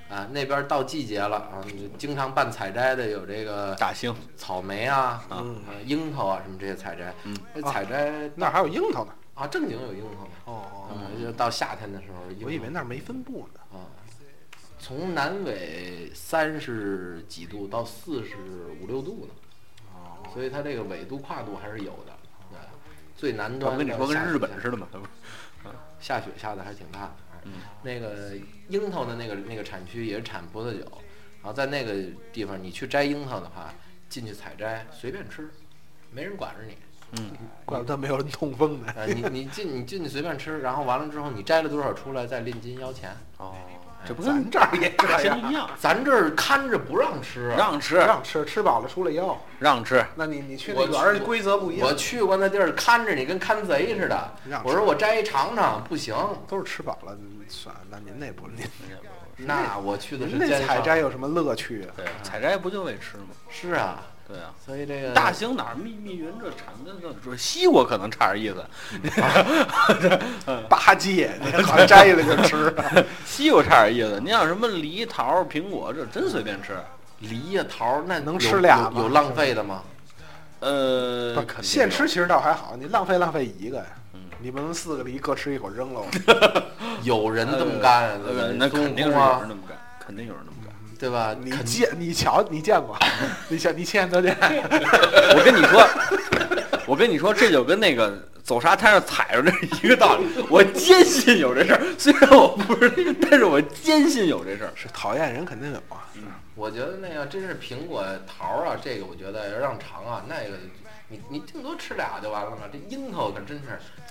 Speaker 4: 啊，那边到季节了啊，你经常办采摘的有这个
Speaker 2: 大兴
Speaker 4: 草莓啊、
Speaker 2: 啊
Speaker 3: 嗯，
Speaker 4: 啊樱桃啊什么这些采摘。
Speaker 2: 嗯
Speaker 4: 那采摘
Speaker 3: 那儿还有樱桃呢。
Speaker 4: 啊，正经有樱桃吗？
Speaker 3: 哦，
Speaker 4: 啊，
Speaker 2: 嗯
Speaker 4: 就到夏天的时候，樱
Speaker 3: 我以
Speaker 4: 桃
Speaker 3: 为那儿没分布呢。
Speaker 4: 啊，从南纬三十几度到四十五六度呢，
Speaker 3: 哦，
Speaker 4: 所以它这个纬度跨度还是有的。对，最南端
Speaker 2: 我跟你
Speaker 4: 的
Speaker 2: 说跟
Speaker 4: 下雪
Speaker 2: 日本似的嘛，
Speaker 4: 下雪下的还挺大的。
Speaker 2: 嗯
Speaker 4: 那个樱桃的那个那个产区也是产葡萄酒，然后在那个地方你去摘樱桃的话，进去采摘随便吃，没人管着你。
Speaker 2: 嗯，
Speaker 3: 怪不得没有人痛风呢。
Speaker 4: 啊，你你进你进去随便吃，然后完了之后你摘了多少出来再论斤要钱。
Speaker 2: 哦，这不跟
Speaker 3: 咱这儿也
Speaker 2: 大
Speaker 3: 这
Speaker 2: 兴
Speaker 3: 样，
Speaker 2: 一样，
Speaker 4: 咱这儿看着不让吃，
Speaker 2: 让吃
Speaker 3: 让吃吃饱了出来腰。
Speaker 2: 让吃，
Speaker 3: 那你你去那
Speaker 4: 我
Speaker 3: 园儿
Speaker 4: 去
Speaker 3: 规则不一样
Speaker 4: 我，去过那地儿，看着你跟看贼似的
Speaker 3: 让。
Speaker 4: 我说我摘一尝尝，不行。
Speaker 3: 都是吃饱了算了。那您那不您
Speaker 4: 那我去的是
Speaker 3: 您那
Speaker 4: 奸
Speaker 3: 采
Speaker 4: 商
Speaker 3: 摘有什么乐趣啊？
Speaker 2: 对，采摘不就为吃吗？
Speaker 4: 是啊，
Speaker 2: 对啊。
Speaker 4: 所以这个
Speaker 2: 大兴哪儿密密云这产跟这说西瓜可能差点意思，
Speaker 3: 吧唧，那好像摘下来就吃。
Speaker 2: 西瓜差点意思。你想什么梨、桃、苹果，这真随便吃。
Speaker 4: 梨呀、桃儿那
Speaker 3: 能
Speaker 4: 有
Speaker 3: 吃俩吗
Speaker 4: 有有浪费的吗？
Speaker 2: 呃，肯定
Speaker 3: 现
Speaker 2: 有
Speaker 3: 吃其实倒还好，你浪费浪费一个呀。
Speaker 4: 嗯
Speaker 3: 你不能四个梨各吃一口扔 了。
Speaker 4: 有人这么干啊，对吧
Speaker 2: 呃，那
Speaker 4: 孙悟
Speaker 2: 肯定是
Speaker 4: 空
Speaker 2: 有
Speaker 4: 啊
Speaker 2: 人，那么干，肯定有人那么干。
Speaker 4: 对吧？
Speaker 3: 你
Speaker 4: 肯
Speaker 3: 见你瞧你见过，你瞧你亲眼得 见。
Speaker 2: 我跟你说， 我跟你说，这就跟那个走沙滩上踩着那是一个道理。我坚信有这事儿，虽然我不是，但是我坚信有这事儿。
Speaker 3: 是讨厌人肯定有啊。
Speaker 4: 我觉得那个真是苹果桃儿啊，这个我觉得要让尝啊，那个你你顶多吃俩就完了嘛。这樱桃可真是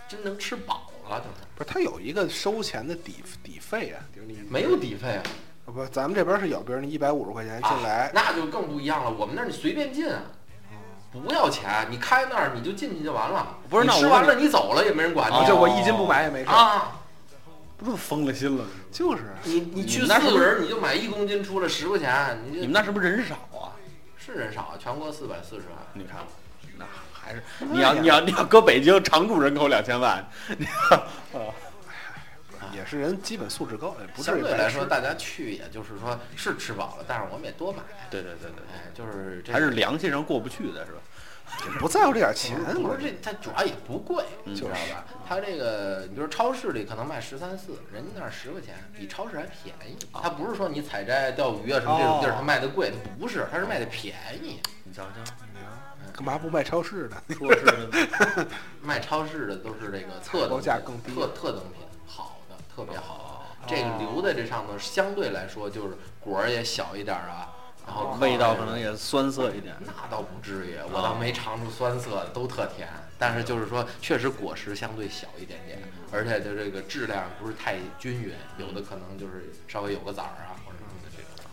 Speaker 4: 真能吃饱啊了，就是
Speaker 3: 不是，他有一个收钱的底底费啊，比如你
Speaker 4: 没有底费啊。
Speaker 3: 不，咱们这边是有，比如你一百五十块钱进来
Speaker 4: 啊，，那就更不一样了。我们那儿你随便进啊，不要钱，你开那儿你就进去就完了。
Speaker 2: 不是
Speaker 4: 你
Speaker 2: 那我
Speaker 4: 吃
Speaker 2: 问
Speaker 4: 完
Speaker 2: 你
Speaker 4: 了你走了也没人管你。
Speaker 2: 啊
Speaker 3: 就我一斤不买也没事儿。
Speaker 4: 哦啊，
Speaker 2: 不是疯了心了？
Speaker 3: 就是啊
Speaker 4: 你你去
Speaker 2: 你们那是
Speaker 4: 四
Speaker 2: 不
Speaker 4: 个
Speaker 2: 是
Speaker 4: 人你就买一公斤，出了十块钱，你
Speaker 2: 你
Speaker 4: 就
Speaker 2: 们那是不是人少啊？
Speaker 4: 是人少，啊全国四百四十万。
Speaker 2: 你看，那还是
Speaker 3: 那
Speaker 2: 你要
Speaker 3: 也
Speaker 2: 你要你要搁北京常住人口两千万，
Speaker 3: 也是人基本素质高，也不至
Speaker 4: 相
Speaker 3: 于
Speaker 4: 对
Speaker 3: 白
Speaker 4: 来
Speaker 3: 吃
Speaker 4: 说，大家去也就是说是吃饱了，但是我们也多买。
Speaker 2: 对对对对，
Speaker 4: 哎，就是这
Speaker 2: 还是
Speaker 4: 个
Speaker 2: 良心上过不去的是吧？
Speaker 3: 不在乎这点钱，
Speaker 4: 不
Speaker 3: 我
Speaker 4: 是这，它主要也不贵，
Speaker 2: 嗯
Speaker 4: 你知道吧？它这个，你比如超市里可能卖十三四，人家那儿十块钱，比超市还便宜。
Speaker 3: 哦
Speaker 4: 它不是说你采摘、钓鱼啊什么这种地儿，它卖的贵，它不是，它是卖的便宜。
Speaker 2: 你瞧瞧，
Speaker 3: 干嘛不卖超市呢？
Speaker 2: 说是
Speaker 4: 卖超市的都是这个特
Speaker 3: 购
Speaker 4: 等
Speaker 3: 价
Speaker 4: 品
Speaker 3: 更低哦
Speaker 4: 特特等品，好的，特别好的。这个留在这上头，相对来说就是果儿也小一点儿啊，然
Speaker 3: 哦
Speaker 4: 后口
Speaker 2: 味道
Speaker 4: 也
Speaker 2: 可能也酸涩一点。
Speaker 4: 那倒不至于，我倒
Speaker 3: 哦
Speaker 4: 没尝出酸涩的，都特甜。但是就是说，确实果实相对小一点点，
Speaker 3: 嗯
Speaker 4: 而且它这个质量不是太均匀，有的可能就是稍微有个籽儿啊或者什么的这种，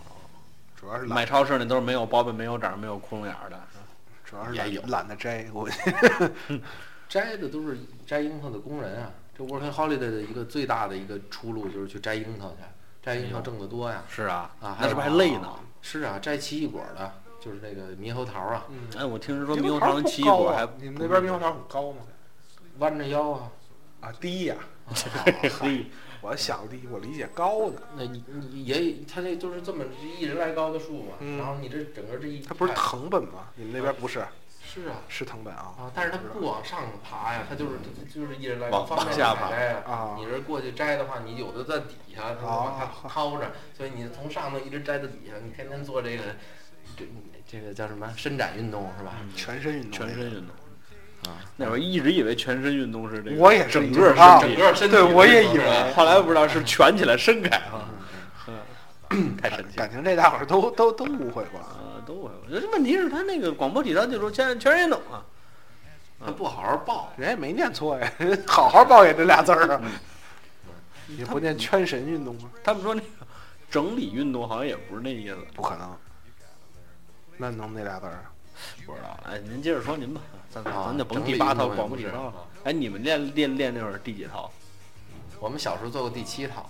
Speaker 3: 主要是懒
Speaker 2: 买，超市那都是没有包本、没有掌、没有窟窿眼儿的。是吧
Speaker 3: 主要是
Speaker 4: 也有
Speaker 3: 懒懒得摘，我
Speaker 4: 摘的都是摘樱桃的工人啊。这 Working Holiday 的一个最大的一个出路就是去摘樱桃去，摘
Speaker 3: 哎
Speaker 4: 樱桃挣得多呀。
Speaker 2: 是啊，
Speaker 4: 啊，
Speaker 2: 那是不是还累呢？
Speaker 4: 是啊，摘奇异果的，就是那个猕猴桃啊，
Speaker 3: 嗯
Speaker 2: 哎，我听人说猕
Speaker 3: 猕
Speaker 2: 猴
Speaker 3: 猴
Speaker 2: 桃
Speaker 3: 桃
Speaker 2: 跟
Speaker 3: 不
Speaker 2: 奇异
Speaker 3: 高
Speaker 2: 果
Speaker 3: 啊
Speaker 2: 还
Speaker 3: 你们那边猕猴桃很高吗？
Speaker 4: 弯着腰啊。
Speaker 3: 啊，低呀，
Speaker 2: 黑，
Speaker 3: 我想低，我理解高的，
Speaker 4: 那你你也，它这就是这么一人来高的树嘛，
Speaker 3: 嗯
Speaker 4: 然后你这整个这一
Speaker 3: 它不是
Speaker 4: 排
Speaker 3: 藤本吗？你们那边不是，
Speaker 4: 是啊
Speaker 3: 是藤本啊。
Speaker 4: 啊，但是它不往上爬呀，它就是
Speaker 3: 嗯
Speaker 4: 它就是一人来高
Speaker 2: 往
Speaker 4: 方便
Speaker 2: 往下爬
Speaker 4: 采摘呀。
Speaker 3: 啊哦
Speaker 4: 你这过去摘的话，你有的在底下，它就往下掏着，所以你从上头一直摘到底下，你天天做这个这这个叫什么伸展运动是吧？
Speaker 3: 全身运动，
Speaker 2: 全身运动。
Speaker 4: 啊，
Speaker 2: 那会儿一直以为全身运动是这个，
Speaker 3: 我也是
Speaker 2: 整
Speaker 3: 一
Speaker 2: 个
Speaker 3: 直啊
Speaker 2: 身
Speaker 4: 整
Speaker 2: 体，
Speaker 4: 个身体
Speaker 3: 对我也
Speaker 4: 运动
Speaker 3: 以
Speaker 4: 是吧
Speaker 3: 为
Speaker 2: 后来不知道是蜷起来伸开啊，嗯，太神奇了
Speaker 3: 感。情这大伙儿都都都误会过啊。
Speaker 2: 啊，都会。我觉得问题是他那个广播体操就说全全人运动啊，
Speaker 4: 它不好好抱，
Speaker 3: 人也没念错呀， 好好报也这俩字儿啊。你不念圈神运动吗？
Speaker 2: 他们说那个整理运动好像也不是那意思，
Speaker 3: 不可能。那能那俩字儿？啊
Speaker 2: 不知道。哎，您接着说您吧，咱咱
Speaker 4: 啊
Speaker 2: 咱就甭
Speaker 4: 整
Speaker 2: 第
Speaker 4: 理
Speaker 2: 八
Speaker 4: 运
Speaker 2: 套
Speaker 4: 动也
Speaker 2: 广播
Speaker 4: 不
Speaker 2: 体
Speaker 4: 是
Speaker 2: 操了
Speaker 4: 啊。
Speaker 2: 哎，你们练练练那会儿第几套？
Speaker 4: 我们小时候做过第七套，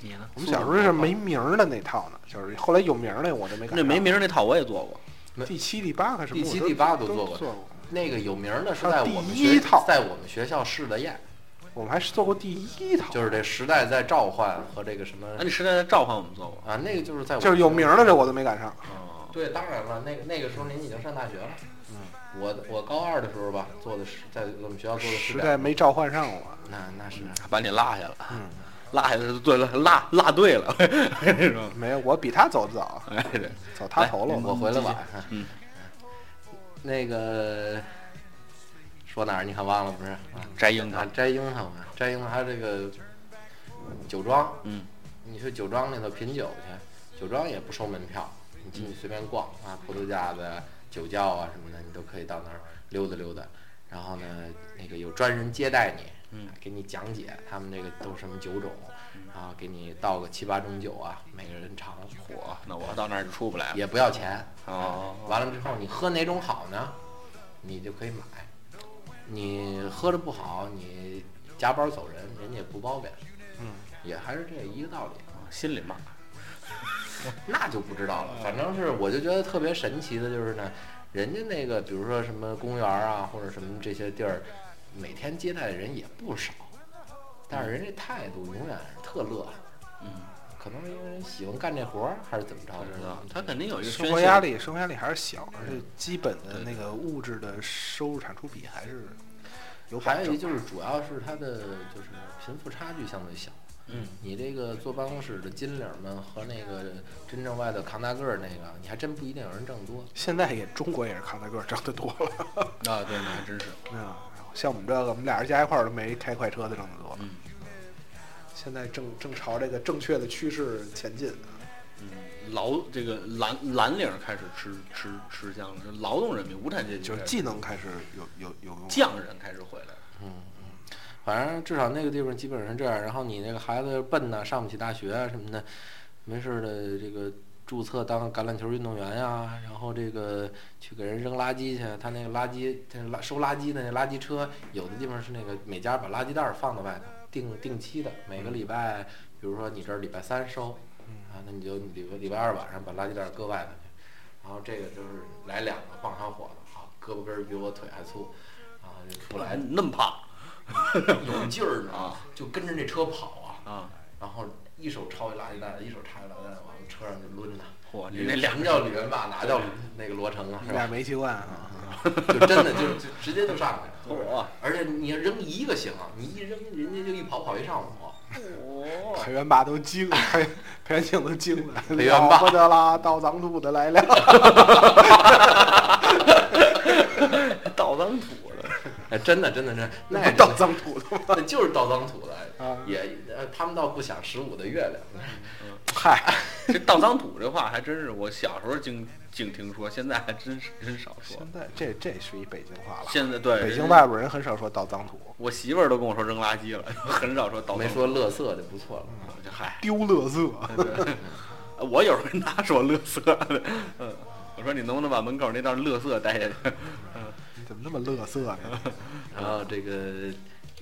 Speaker 2: 你呢？
Speaker 3: 我们小时候是没名儿的那套呢，就是后来有名儿了，我就没敢。
Speaker 2: 那没。名儿那套我也做过，
Speaker 3: 第七、第八还是什么？
Speaker 4: 第七
Speaker 3: 我都
Speaker 4: 第八都
Speaker 3: 做啊
Speaker 4: 做过那个有名儿的是在我们
Speaker 3: 第一
Speaker 4: 学
Speaker 3: 套
Speaker 4: 在我们学校试的验，
Speaker 3: 我们还是做过第一套，
Speaker 4: 就是这时代在召唤和这个什么
Speaker 2: 那哎你时代的召唤我们做过。
Speaker 4: 啊，那个就是在我
Speaker 3: 啊就是有名儿的这我都没赶上。
Speaker 2: 哦，
Speaker 4: 对，当然了，那个那个时候您已经上大学了。嗯，我我高二的时候吧，做的是在我们学校做的
Speaker 3: 时
Speaker 4: 实
Speaker 3: 代，没召唤上我，
Speaker 4: 那那是
Speaker 2: 把你落下了， 落下了，对了，落落对了， 那种。
Speaker 3: 没有我比他走的早，
Speaker 2: 哎，对，
Speaker 3: 走他头了。
Speaker 4: 我回来晚。
Speaker 2: 嗯，
Speaker 4: 那个说哪儿？你看忘了不是？啊，
Speaker 2: 摘樱桃
Speaker 4: 啊，摘樱桃嘛，摘樱桃还有这个酒庄，
Speaker 2: 嗯，
Speaker 4: 你去酒庄里头品酒去，酒庄也不收门票，你进去随便逛啊，葡萄架子、酒窖啊什么的，你都可以到那儿溜达溜达。然后呢，那个有专人接待你，
Speaker 2: 嗯，
Speaker 4: 给你讲解他们这个都是什么酒种，然后给你倒个七八种酒啊，每个人尝，
Speaker 2: 火，那我到那儿就出不来了。
Speaker 4: 也不要钱。
Speaker 2: 哦，
Speaker 4: 完了之后，你喝哪种好呢？你就可以买。你喝的不好，你夹包走人，人家也不包贬。
Speaker 3: 嗯，
Speaker 4: 也还是这一个道理。
Speaker 2: 心里骂。嗯
Speaker 4: 那就不知道了。反正是我就觉得特别神奇的，就是呢，人家那个比如说什么公园啊，或者什么这些地儿，每天接待的人也不少，但是人家态度永远是特乐，啊
Speaker 2: 嗯，
Speaker 4: 可能是因为人喜欢干这活儿，还是怎么着？
Speaker 2: 我知
Speaker 4: 嗯
Speaker 2: 道，他肯定有一个
Speaker 3: 生
Speaker 2: 宣
Speaker 3: 活
Speaker 2: 泄
Speaker 3: 压，力，生活压力还是小，而且基本的
Speaker 2: 对
Speaker 3: 那个物质的收入产出比还是有保
Speaker 4: 还有
Speaker 3: 证
Speaker 4: 一。就是主要是他的就是贫富差距相对小。
Speaker 2: 嗯，
Speaker 4: 你这个坐办公室的金领儿们和那个真正外头扛大个儿那个，你还真不一定有人挣多。
Speaker 3: 现在也中国也是扛大个儿挣得多了，
Speaker 2: 啊，对，那还真是，
Speaker 3: 嗯，像我们这个，我们俩人加一块儿都没开快车的挣得多。
Speaker 2: 嗯
Speaker 3: 现在正正朝这个正确的趋势前进。啊
Speaker 2: 嗯，劳这个蓝蓝领儿开始吃吃吃香了，就劳动人民、无产阶级
Speaker 3: 就是
Speaker 2: 开始
Speaker 3: 技能开始有有有用。
Speaker 2: 匠人开始回来了。
Speaker 4: 反正至少那个地方基本上是这样。然后你那个孩子笨呐，上不起大学啊什么的，没事儿的这个注册当橄榄球运动员呀、然后这个去给人扔垃圾去。他那个垃圾，他垃收垃圾的那垃圾车，有的地方是那个每家把垃圾袋儿放到外头，定定期的，每个礼拜，比如说你这儿礼拜三收，啊，那你就礼拜礼拜二晚上把垃圾袋儿搁外头去。然后这个就是来两个棒上火的，好，胳膊根儿比我腿还粗，啊，就不来
Speaker 2: 那么胖
Speaker 4: 有劲儿呢
Speaker 2: 啊，
Speaker 4: 就跟着那车跑啊，
Speaker 2: 啊！
Speaker 4: 然后一手抄一垃圾袋，一手插一垃圾袋，往车上就抡他。
Speaker 2: 嚯，你
Speaker 4: 你
Speaker 2: 这两
Speaker 4: 什么叫李元霸，哪叫那个罗成啊？
Speaker 3: 你
Speaker 4: 是
Speaker 3: 俩
Speaker 4: 吧？嗯
Speaker 3: 没习惯啊？
Speaker 4: 就真的就就直接就上去了。
Speaker 2: 嚯
Speaker 4: 而且你扔一个行啊，你一扔人家就一跑跑一上午。啊
Speaker 2: 嚯，
Speaker 3: 裴元霸都惊了，裴裴元庆都惊了，
Speaker 4: 裴元霸
Speaker 3: 了不得啦，到咱们土的来了。
Speaker 2: 倒脏土了。
Speaker 4: 哎，真的真的真的， 那
Speaker 3: 那
Speaker 4: 真的
Speaker 3: 到脏土的，
Speaker 4: 那就是倒脏土的，
Speaker 3: 啊
Speaker 4: 也呃他们倒不想十五的月亮。
Speaker 3: 嗨，
Speaker 2: 这倒脏土这话还真是，我小时候净净听说，现在还真是真少说。
Speaker 3: 现在这这是一北京话了。
Speaker 2: 现在对
Speaker 3: 北
Speaker 2: 人
Speaker 3: 京
Speaker 2: 家
Speaker 3: 外边人很少说到脏土，
Speaker 2: 我媳妇儿都跟我说扔垃圾了， 很少说倒
Speaker 4: 没
Speaker 2: 腾
Speaker 4: 说乐色就不错了。啊
Speaker 2: 我就嗨，
Speaker 3: 丢乐色。
Speaker 2: 我有时候拿说乐色的， 嗯，我说你能不能把门口那袋乐色带下去？
Speaker 3: 你 怎么那么乐色啊呢？
Speaker 4: 然后这个，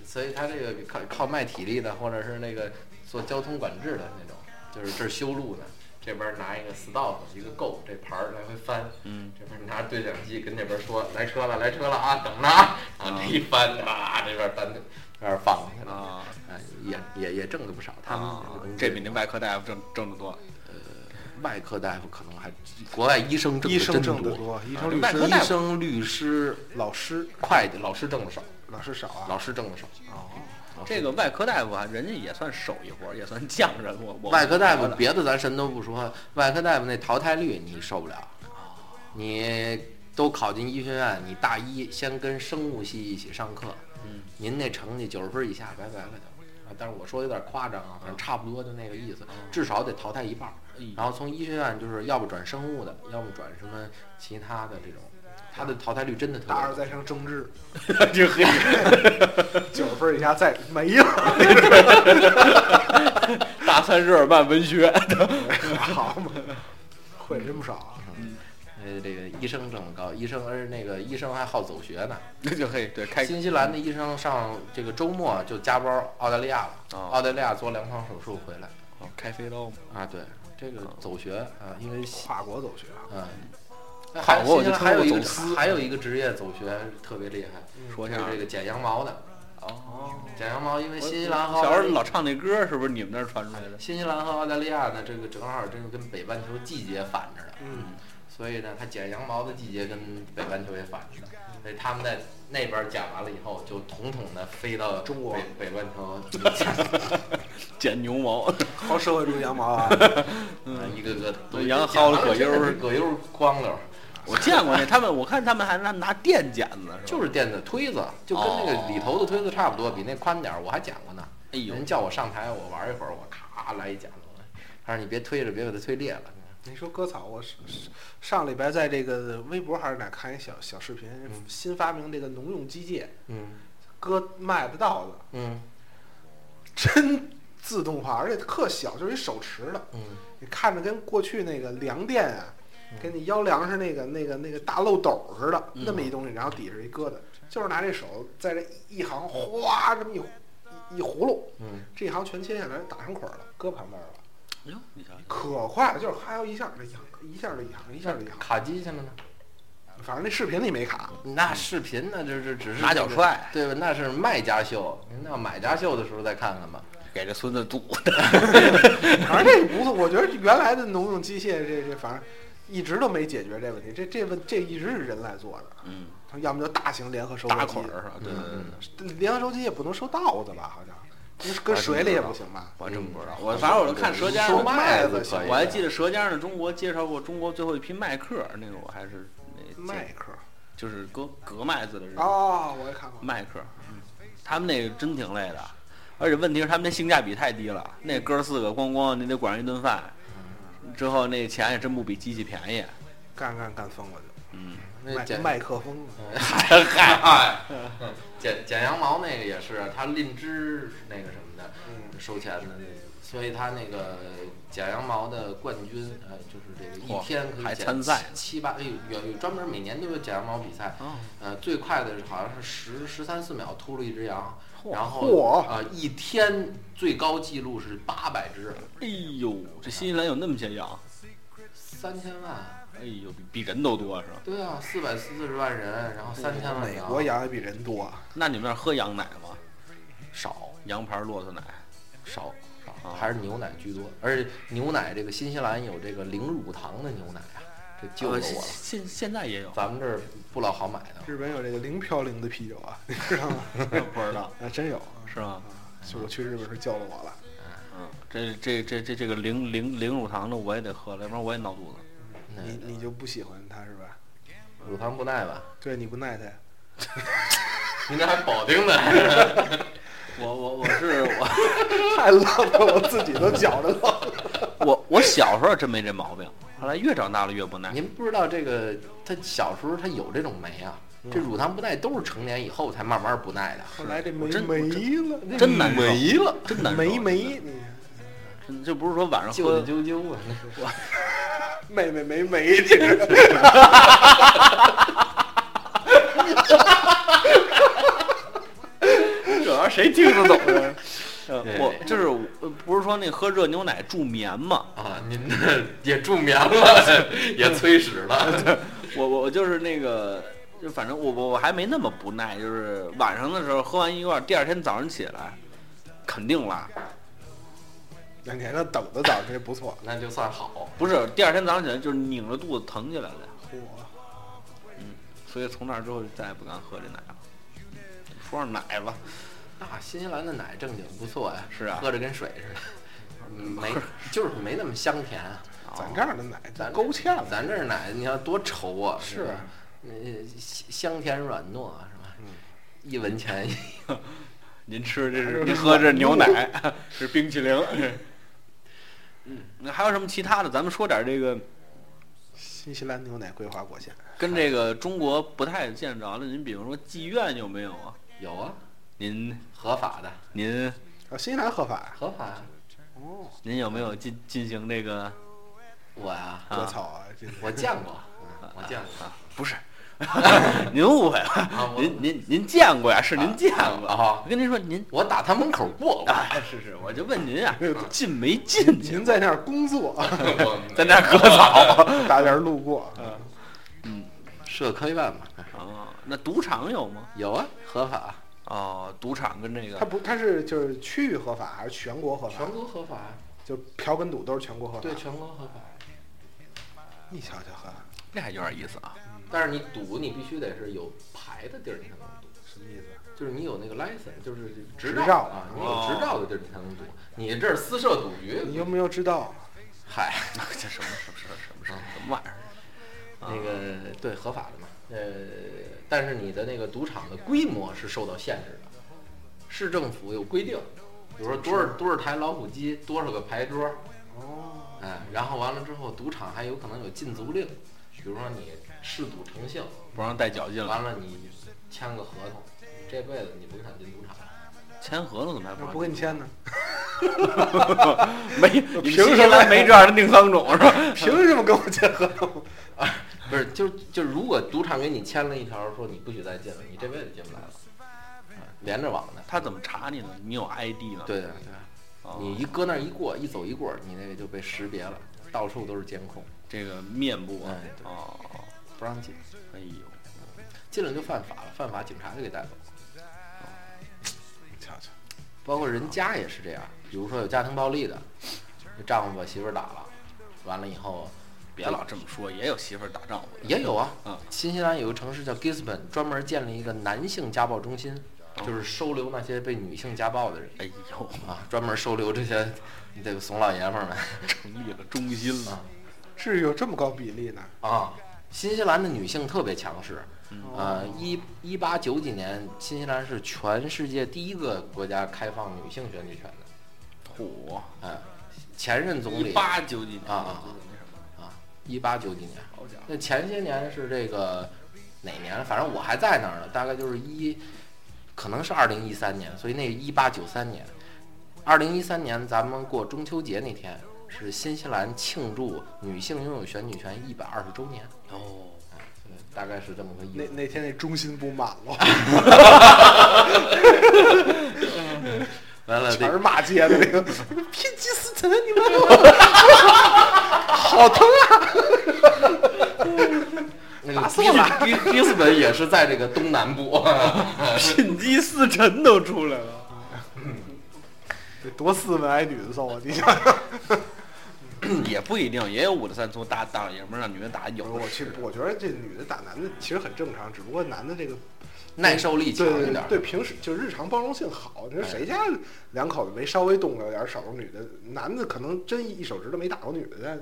Speaker 4: 所以他这个靠靠卖体力的，或者是那个做交通管制的那种，就是这儿修路呢，这边儿拿一个 stop 一个 go 这牌儿来回翻，
Speaker 2: 嗯，
Speaker 4: 这边儿拿着对讲机跟这边儿说来车了来车了啊，等着啊，然后这一翻啊，这边儿翻这边儿放进去了，
Speaker 2: 啊
Speaker 4: 哎也也也挣的不少，他们
Speaker 2: 啊
Speaker 4: 工资、，
Speaker 2: 这比那外科大夫挣挣得多。
Speaker 4: 外科大夫可能还国外医生挣
Speaker 3: 医
Speaker 4: 得
Speaker 3: 生
Speaker 4: 真
Speaker 3: 挣得
Speaker 4: 多，
Speaker 3: 多，医生律
Speaker 4: 外科
Speaker 3: 师、
Speaker 4: 医生、律师、
Speaker 3: 老师，
Speaker 4: 会计、老师挣的少，
Speaker 3: 老师少啊。
Speaker 4: 老师挣的少。
Speaker 2: 这个外科大夫啊，人家也算手艺活儿，也算匠人。我我
Speaker 4: 外科大夫，别的咱什么都不说，外科大夫那淘汰率你受不了。你都考进医学院，你大一先跟生物系一起上课，
Speaker 2: 嗯
Speaker 4: 您那成绩九十分以下，拜拜了就。啊，但是我说有点夸张啊，反正差不多就那个意思，至少得淘汰一半儿。
Speaker 2: 哎呦
Speaker 4: 然后从医学院就是要不转生物的，要么转什么其他的这种，他的淘汰率真的特
Speaker 3: 大二
Speaker 4: 别高。
Speaker 3: 再上政治，
Speaker 2: 就黑，
Speaker 3: 九十分以下再没了，
Speaker 2: 大三日耳曼文学，
Speaker 3: 好嘛，会真不少啊。
Speaker 4: 呃，这个医生挣得高，医生而那个医生还好走学呢。
Speaker 2: 那就黑，对开
Speaker 4: 新西兰的医生上这个周末就加班澳大利亚了，
Speaker 2: 哦
Speaker 4: 澳大利亚做两场手术回来
Speaker 2: 哦开飞刀嘛，
Speaker 4: 啊，对，这个走学啊，因为西
Speaker 3: 跨国走学啊，
Speaker 4: 嗯，哎
Speaker 2: 好我
Speaker 4: 还新
Speaker 2: 我
Speaker 4: 西
Speaker 2: 就
Speaker 4: 兰
Speaker 2: 听
Speaker 4: 还
Speaker 2: 过
Speaker 4: 有一个
Speaker 2: 走私嗯
Speaker 4: 还有一个职业走学特别厉害，
Speaker 2: 说
Speaker 4: 就是
Speaker 2: 相
Speaker 4: 这
Speaker 2: 声
Speaker 4: 个剪羊毛的，
Speaker 2: 哦。
Speaker 4: 剪羊毛，因为
Speaker 2: 我
Speaker 4: 新西兰和
Speaker 2: 小时
Speaker 4: 澳
Speaker 2: 候
Speaker 4: 大利
Speaker 2: 老唱那歌儿，是不是你们那儿传出来的？
Speaker 4: 新西兰和澳大利亚呢，这个正好这个跟北半球季节反着的，
Speaker 3: 嗯，
Speaker 4: 所以呢，它剪羊毛的季节跟北半球也反着的，所以他们在那边剪完了以后，就统统的飞到
Speaker 3: 中国
Speaker 4: 北北半 球。
Speaker 2: 剪牛毛，
Speaker 3: 薅社会主义羊毛啊。
Speaker 4: 嗯，一个个都
Speaker 2: 羊薅了葛优儿
Speaker 4: 葛优儿光溜儿，
Speaker 2: 我见过那他们，我看他们还拿拿电剪子，吧
Speaker 4: 就是电子推子，就跟那
Speaker 2: 哦
Speaker 4: 个里头的推子差不多，比那宽点儿。我还剪过呢，
Speaker 2: 哎呦
Speaker 4: 人叫我上台，我玩一会儿，我咔来一剪子，他说你别推着，别把它推裂了。
Speaker 3: 你说割草，我是是上礼拜在这个微博还是哪看一小小视频，新发明这个农用机械
Speaker 4: 嗯
Speaker 3: 割麦子稻子，
Speaker 4: 嗯
Speaker 3: 真自动化，而且特小，就是一手持的，
Speaker 4: 嗯，
Speaker 3: 你看着跟过去那个粮店啊，
Speaker 2: 嗯
Speaker 3: 跟你腰粮食那个那个那个大漏斗似的，那么一东西，然后底下一疙瘩，就是拿这手在这一一行哗这么一一一葫芦，
Speaker 4: 嗯，
Speaker 3: 这一行全切下来打上捆儿了，搁旁边了，
Speaker 2: 哟，你瞧瞧，
Speaker 3: 可快了，就是哈腰一下这一行，一下这一行，一下这一行。
Speaker 2: 嗯
Speaker 4: 卡机去了呢。
Speaker 3: 反正那视频里没卡。
Speaker 4: 那视频呢，就是只是
Speaker 2: 拿脚踹
Speaker 4: 对吧？那是卖家秀，那要买家秀的时候再看看吧。
Speaker 2: 给这孙子堵的。
Speaker 3: 反正这个不错，我觉得原来的农用机械这这反正一直都没解决这问题，这这问这一直是人来做的，
Speaker 2: 嗯，
Speaker 3: 要么就大型联合收
Speaker 2: 大
Speaker 3: 割
Speaker 2: 捆儿是吧？对对
Speaker 4: 嗯
Speaker 2: 对，
Speaker 3: 机，联合收割机也不能收稻子吧？好像跟跟水里也不行吧？
Speaker 2: 我真哎不知道。
Speaker 4: 嗯
Speaker 2: 我反正我就看《舌尖上
Speaker 4: 收
Speaker 2: 的
Speaker 4: 麦
Speaker 3: 子
Speaker 4: 可以，啊
Speaker 2: 我还记得《舌尖上的中国》介绍过中国最后一批麦克，那个我还是那
Speaker 3: 麦克
Speaker 2: 就是割割麦子的人，
Speaker 3: 哦，我也看过，
Speaker 2: 麦克，他们那个真挺累的，而且问题是他们那性价比太低了，那哥儿四个咣咣你得管上一顿饭，之后那钱也真不比机器便宜。
Speaker 3: 干干干疯了就
Speaker 2: 嗯，
Speaker 4: 那
Speaker 3: 麦
Speaker 4: 简
Speaker 3: 麦克风了，
Speaker 4: 嗨嗨，
Speaker 3: 嗯
Speaker 4: 剪剪羊毛那个也是，它另支那个什么的，
Speaker 3: 嗯
Speaker 4: 收钱的，所以它那个剪羊毛的冠军，呃，就是这个一
Speaker 2: 嚯
Speaker 4: 天可以
Speaker 2: 还
Speaker 4: 剪
Speaker 2: 参赛
Speaker 4: 七七八，哎呦有有专门每年都有剪羊毛比赛，
Speaker 2: 哦，
Speaker 4: 呃，最快的是好像是十十三四秒秃噜一只羊，
Speaker 2: 嚯
Speaker 4: 然后
Speaker 3: 嚯
Speaker 4: 呃一天最高记录是八百只，
Speaker 2: 哎呦，这新西兰有那么些羊，
Speaker 4: 三千万，
Speaker 2: 哎呦，比比人都多是吧？
Speaker 4: 对啊，四百四十万人，啊然后三千万
Speaker 3: 美
Speaker 4: 羊，
Speaker 3: 国羊也比人多，
Speaker 2: 那你们那儿喝羊奶吗？
Speaker 4: 少
Speaker 2: 羊牌骆驼奶？
Speaker 4: 少少，
Speaker 2: 啊
Speaker 4: 还是牛奶居多，而且牛奶这个新西兰有这个零乳糖的牛奶啊，这救了
Speaker 2: 呃
Speaker 4: 我了，
Speaker 2: 现现在也有，
Speaker 4: 咱们这儿不老好买的。
Speaker 3: 日本有这个零嘌呤的啤酒啊， 你知道吗？
Speaker 2: 不知道
Speaker 3: 啊，真有，
Speaker 2: 是吗？
Speaker 3: 就我去日本时候救了我了。
Speaker 2: 嗯，这这这这这个零零零乳糖的我也得喝了，要不然我也闹肚子。
Speaker 4: 嗯
Speaker 3: 你你就不喜欢他是吧？
Speaker 4: 乳糖不耐 吧？
Speaker 3: 对，你不耐他呀。
Speaker 4: 您这还保定的，
Speaker 2: 我我我是我。
Speaker 3: 太浪了，我自己都觉着浪。
Speaker 2: 我我小时候真没这毛病，后来越长大了越不耐。
Speaker 4: 您不知道这个，他小时候他有这种酶啊，这乳糖不耐都是成年以后才慢慢不耐的。
Speaker 3: 后来这没
Speaker 2: 我真
Speaker 3: 没了，那
Speaker 2: 真难受
Speaker 4: 没了，
Speaker 2: 真难受，
Speaker 3: 没没你
Speaker 2: 真就不是说晚上
Speaker 4: 救
Speaker 2: 喝
Speaker 4: 的，啾啾啊！
Speaker 3: 妹妹没没，这是
Speaker 2: 主要谁听得懂 呢？呃
Speaker 4: 对
Speaker 2: 我就是我呃不是说那喝热牛奶助眠嘛？
Speaker 4: 啊，您这也助眠了， 也催屎了。
Speaker 2: 我我我就是那个，就反正我我我还没那么不耐，就是晚上的时候喝完一罐，第二天早上起来肯定拉，
Speaker 3: 两年了，等着早晨这不错。
Speaker 4: 那就算好。
Speaker 2: 不是第二天早上起来就是拧着肚子疼起来了，
Speaker 3: 嚯，
Speaker 2: 所以从那之后就再也不敢喝这奶了。说上奶吧，
Speaker 4: 啊，新西兰的奶正经不错呀，
Speaker 2: 是啊
Speaker 4: 喝着跟水似 的，嗯没就是没那么香甜。啊
Speaker 3: 咱这儿的奶
Speaker 4: 咱
Speaker 3: 够呛的，
Speaker 4: 咱这儿奶你要多稠啊！
Speaker 3: 是
Speaker 4: 吧，呃，香香甜软糯啊是吧？一文钱一
Speaker 2: 您吃这是您喝这牛奶 是冰淇淋。嗯，那还有什么其他的？咱们说点这个
Speaker 3: 新西兰牛奶桂花果馅，
Speaker 2: 跟这个中国不太见着的。您比如说妓院有没有啊？
Speaker 4: 有啊，
Speaker 2: 您
Speaker 4: 合法的，
Speaker 2: 您
Speaker 3: 啊，新西兰合法。
Speaker 4: 合法。啊
Speaker 3: 哦，
Speaker 2: 您有没有进进行这个？
Speaker 4: 我呀，
Speaker 2: 啊
Speaker 3: 我操啊， 这
Speaker 4: 我见 过，嗯我见过
Speaker 2: 不是，您误会了。
Speaker 4: 啊，我
Speaker 2: 您您您见过呀？是您见过。
Speaker 4: 啊
Speaker 2: 我，跟您说，您
Speaker 4: 我打他门口 过，我
Speaker 2: 哎，是是，我就问您啊，进没进去？
Speaker 3: 您在那儿工 作，
Speaker 2: 在那儿割草。
Speaker 3: 打点路过， 啊
Speaker 4: 社科院嘛，
Speaker 2: 哦，那赌场有吗？
Speaker 4: 有啊，合法，
Speaker 2: 哦，赌场跟这个
Speaker 3: 它不，它是就是区域合法还是全国合法
Speaker 4: 全？国合法，啊
Speaker 3: 就嫖跟赌都是全国合法。
Speaker 4: 对，全国合法。啊
Speaker 3: 你瞧瞧呵，
Speaker 2: 这还有点意思啊。
Speaker 4: 嗯但是你赌，你必须得是有牌的地儿你才能赌，
Speaker 3: 什么意思？啊
Speaker 4: 就是你有那个 license，就是
Speaker 3: 执
Speaker 4: 执
Speaker 3: 照
Speaker 4: 照啊，你有
Speaker 2: 哦
Speaker 4: 执照的地儿你才能赌。你这儿私设赌
Speaker 3: 你
Speaker 4: 局，
Speaker 3: 有没有知道？啊
Speaker 4: 嗨，
Speaker 2: 这什么什么什么什么什么什么玩意儿？
Speaker 4: 那个对合法的嘛，呃，但是你的那个赌场的规模是受到限制的，市政府有规定，比如说多少多少台老虎机，多少个牌桌，
Speaker 3: 哦，
Speaker 4: 哎，然后完了之后，赌场还有可能有禁足令，比如说你嗜赌成性，
Speaker 2: 不让带脚进来
Speaker 4: 完，了你签个合同，你这辈子你不想进赌场，
Speaker 2: 签合同怎么还
Speaker 3: 那
Speaker 2: 让
Speaker 3: 不给你签 呢？
Speaker 2: 没？
Speaker 3: 凭
Speaker 2: 凭
Speaker 3: 什
Speaker 2: 什
Speaker 3: 么
Speaker 2: 么没这样的宁桑种是吧？
Speaker 3: 凭什么跟我签合同？
Speaker 4: 不是，就就如果赌场给你签了一条说你不许再进了，你这辈子进不来了，啊连着网的。
Speaker 2: 他怎么查你呢？你有 ID 吗？
Speaker 4: 对对对。
Speaker 2: 哦，
Speaker 4: 你一搁那儿一过，一走一过，你那个就被识别了，到处都是监控。
Speaker 2: 这个面部啊
Speaker 4: 哎对
Speaker 2: 哦，
Speaker 3: 不让进。
Speaker 2: 哎呦，
Speaker 4: 进来就犯法了，犯法警察就给带走。
Speaker 3: 你瞧瞧，
Speaker 4: 包括人家也是这样，比如说有家庭暴力的，丈夫把媳妇儿打了，完了以后
Speaker 2: 别老这么说，也有媳妇儿打丈夫的。
Speaker 4: 也有啊
Speaker 2: 嗯。
Speaker 4: 新西兰有个城市叫 Gisborne，专门建了一个男性家暴中心，就是收留那些被女性家暴的人
Speaker 2: 哎呦，
Speaker 4: 啊，专门收留这些这个怂老爷们儿们。
Speaker 2: 成立了中心了。
Speaker 3: 是有这么高比例呢？
Speaker 4: 啊，新西兰的女性特别强势。
Speaker 3: 啊
Speaker 2: 哦
Speaker 4: 呃，
Speaker 3: 哦
Speaker 4: 一一八九几年，新西兰是全世界第一个国家开放女性选举权的。
Speaker 2: 嚯，
Speaker 4: 哎、前任总
Speaker 2: 一
Speaker 4: 理
Speaker 2: 八九几年
Speaker 4: 啊啊
Speaker 2: 就是那什么，
Speaker 4: 啊，一八九几年。
Speaker 2: 好家伙，
Speaker 4: 那前些年是这个哪年？反正我还在那儿呢，大概就是一，可能是二零一三年，所以那一八九三年，二零一三年咱们过中秋节那天是新西兰庆祝女性拥有选举权一百二十周年。
Speaker 2: 哦，
Speaker 4: 哎大概是这么个意
Speaker 3: 那
Speaker 4: 思。
Speaker 3: 那天那中心不满了，
Speaker 4: 完了，
Speaker 3: 全
Speaker 4: 这
Speaker 3: 是骂街的那 个，偏激死神，你们好疼啊！
Speaker 4: 那个斯里里斯本也是在这个东南 部，
Speaker 2: 品级四尘都出来了。
Speaker 3: 得多斯文挨女的揍啊！你想，
Speaker 2: 也不一定，也有五十三粗大大老爷们儿让女的打，有的
Speaker 3: 我
Speaker 2: 是
Speaker 3: 去，我觉得这女的打男的其实很正常，只不过男的这个
Speaker 4: 耐受力强
Speaker 3: 对
Speaker 4: 一
Speaker 3: 对
Speaker 4: 点。
Speaker 3: 对，平时就日常包容性好。
Speaker 2: 哎
Speaker 3: 这谁家两口子没稍微动了点手，女的男的可能真一手指头没打过女的，但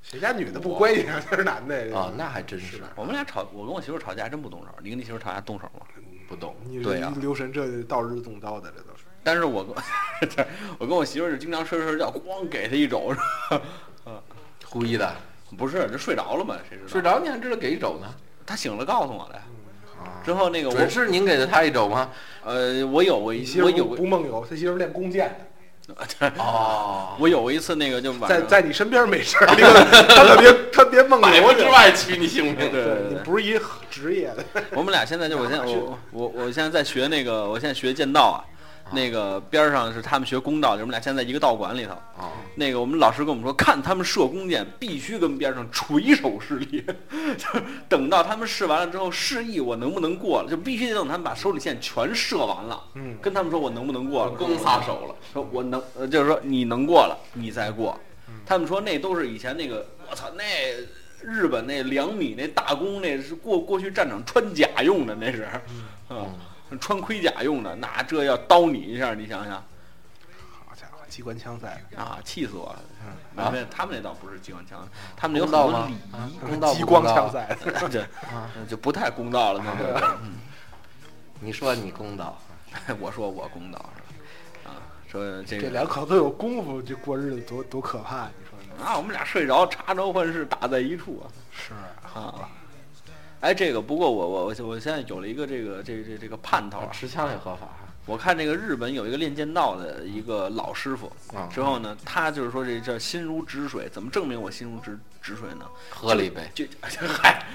Speaker 3: 谁家女的不规矩啊？这是男的
Speaker 4: 啊，那还真是
Speaker 3: 吧
Speaker 2: 我们俩吵，我跟我媳妇儿吵架还真不动手。你跟你媳妇儿吵架动手吗？
Speaker 4: 不懂。
Speaker 3: 你
Speaker 2: 对啊
Speaker 3: 留神这到日动刀的，这都是。
Speaker 2: 但是我跟 这我跟我媳妇儿就经常睡着睡着觉，咣给她一肘，
Speaker 4: 故意的，
Speaker 2: 不是就睡着了嘛？谁知道？
Speaker 4: 睡着你还知道给一肘呢？
Speaker 2: 她醒了告诉我的。
Speaker 4: 啊
Speaker 2: 之后那个我
Speaker 4: 准是您给的他一肘吗？
Speaker 2: 呃，我有过一
Speaker 3: 你媳妇
Speaker 2: 我
Speaker 3: 儿
Speaker 2: 有
Speaker 3: 不
Speaker 2: 过
Speaker 3: 不梦游，他媳妇儿练弓箭，
Speaker 4: 哦，
Speaker 2: 我有过一次那个就晚上
Speaker 3: 在在你身边没事儿，你可他可别他别梦游去。
Speaker 4: 外取你性
Speaker 2: 对对对
Speaker 3: 你
Speaker 2: 对，
Speaker 3: 不是一职业的，
Speaker 2: 我们俩现在就我现在我我我现在在学那个，我现在学剑道啊，那个边儿上是他们学弓道，就我们俩现在在一个道馆里头。
Speaker 4: 啊，
Speaker 2: 那个我们老师跟我们说，看他们射弓箭必须跟边上垂手示例， 就是等到他们试完了之后示意我能不能过了，就必须得等他们把手里线全射完了，
Speaker 3: 嗯
Speaker 2: 跟他们说我能不能过了，
Speaker 4: 弓撒手了，
Speaker 2: 说我能，呃，就是说你能过了，你再过。他们说那都是以前那个，我操，那日本那两米那大弓，那是过过去战场穿甲用的，那是，嗯，穿盔甲用的，那这要刀你一下，你想想
Speaker 3: 好家伙，机关枪赛，
Speaker 2: 啊，气死我了。
Speaker 4: 嗯啊啊
Speaker 2: 没有他们那倒不是机关枪，他们有
Speaker 4: 公
Speaker 2: 很
Speaker 4: 道
Speaker 2: 多
Speaker 4: 吗
Speaker 2: 礼？
Speaker 4: 啊公道不
Speaker 3: 激光
Speaker 4: 公道
Speaker 3: 枪赛，
Speaker 2: 仪， 这就不太公道了。那
Speaker 4: 啊
Speaker 2: 个，
Speaker 4: 你说你公道，
Speaker 2: 哎我说我公道是吧？啊，说这
Speaker 3: 这
Speaker 2: 个
Speaker 3: 两口子有功夫，这过日子多多可怕，你说呢？
Speaker 2: 啊，我们俩睡着，茶着饭事，打在一处啊。
Speaker 3: 是 啊，
Speaker 2: 啊，哎，这个不过我我我我现在有了一个这个这个这个这个盼头啊！
Speaker 4: 持枪也合法
Speaker 2: 我看这个日本有一个练剑道的一个老师傅，
Speaker 4: 啊，
Speaker 2: 之后呢，他就是说这叫心如止水，怎么证明我心如止止水呢？
Speaker 4: 合理呗。
Speaker 2: 就 嗨，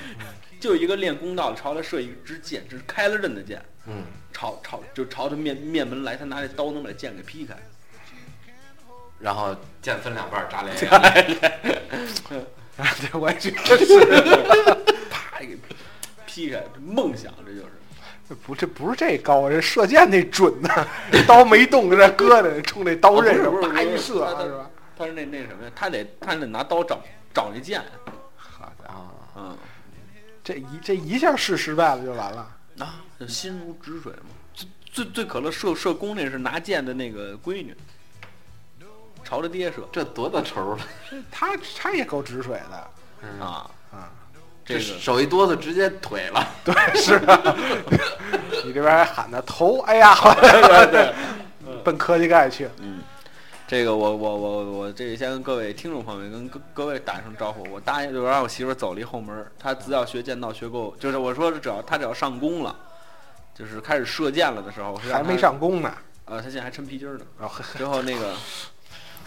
Speaker 2: 就一个练弓道的朝他射一支箭，这是开了刃的箭，
Speaker 4: 嗯，
Speaker 2: 朝朝就朝他面面门来，他拿这刀能把这剑给劈开。
Speaker 4: 然后剑分两半儿扎脸。
Speaker 3: 这我也觉得是，
Speaker 2: 啪给劈开，这梦想这就是。
Speaker 3: 这不这不是这高啊，这射箭那准呐、 刀没动，搁这搁着，冲这刀刃
Speaker 2: 哦不
Speaker 3: 上
Speaker 2: 是不
Speaker 3: 叭
Speaker 2: 是不是
Speaker 3: 一射，啊
Speaker 2: 他他
Speaker 3: 是吧？
Speaker 2: 他是那那什么呀？他得他得拿刀找找那剑，
Speaker 3: 好家伙，
Speaker 4: 啊，
Speaker 2: 嗯。
Speaker 3: 这一这一下试失败了就完了。
Speaker 2: 啊，就心如止水嘛。最最最可乐射射弓那是拿箭的那个闺女，朝着爹射
Speaker 4: 这多大仇了
Speaker 3: 他他也够止水的，
Speaker 2: 啊，
Speaker 3: 啊，
Speaker 2: 这个
Speaker 4: 手一哆嗦，直接腿了。
Speaker 3: 对，是啊， 你这边还喊他头，哎呀， 对对对，奔科技盖去，
Speaker 2: 嗯，这个我我我我这先跟各位听众朋友们跟各各位打声招呼，我答应我让我媳妇儿走了一后门儿，她只要学剑道学够，就是我说只要她只要上弓了，就是开始射箭了的时候，我是让
Speaker 3: 还
Speaker 2: 她
Speaker 3: 没上哦弓呢，
Speaker 2: 啊，她现在还抻皮筋儿呢。
Speaker 3: 然后
Speaker 2: 之后那个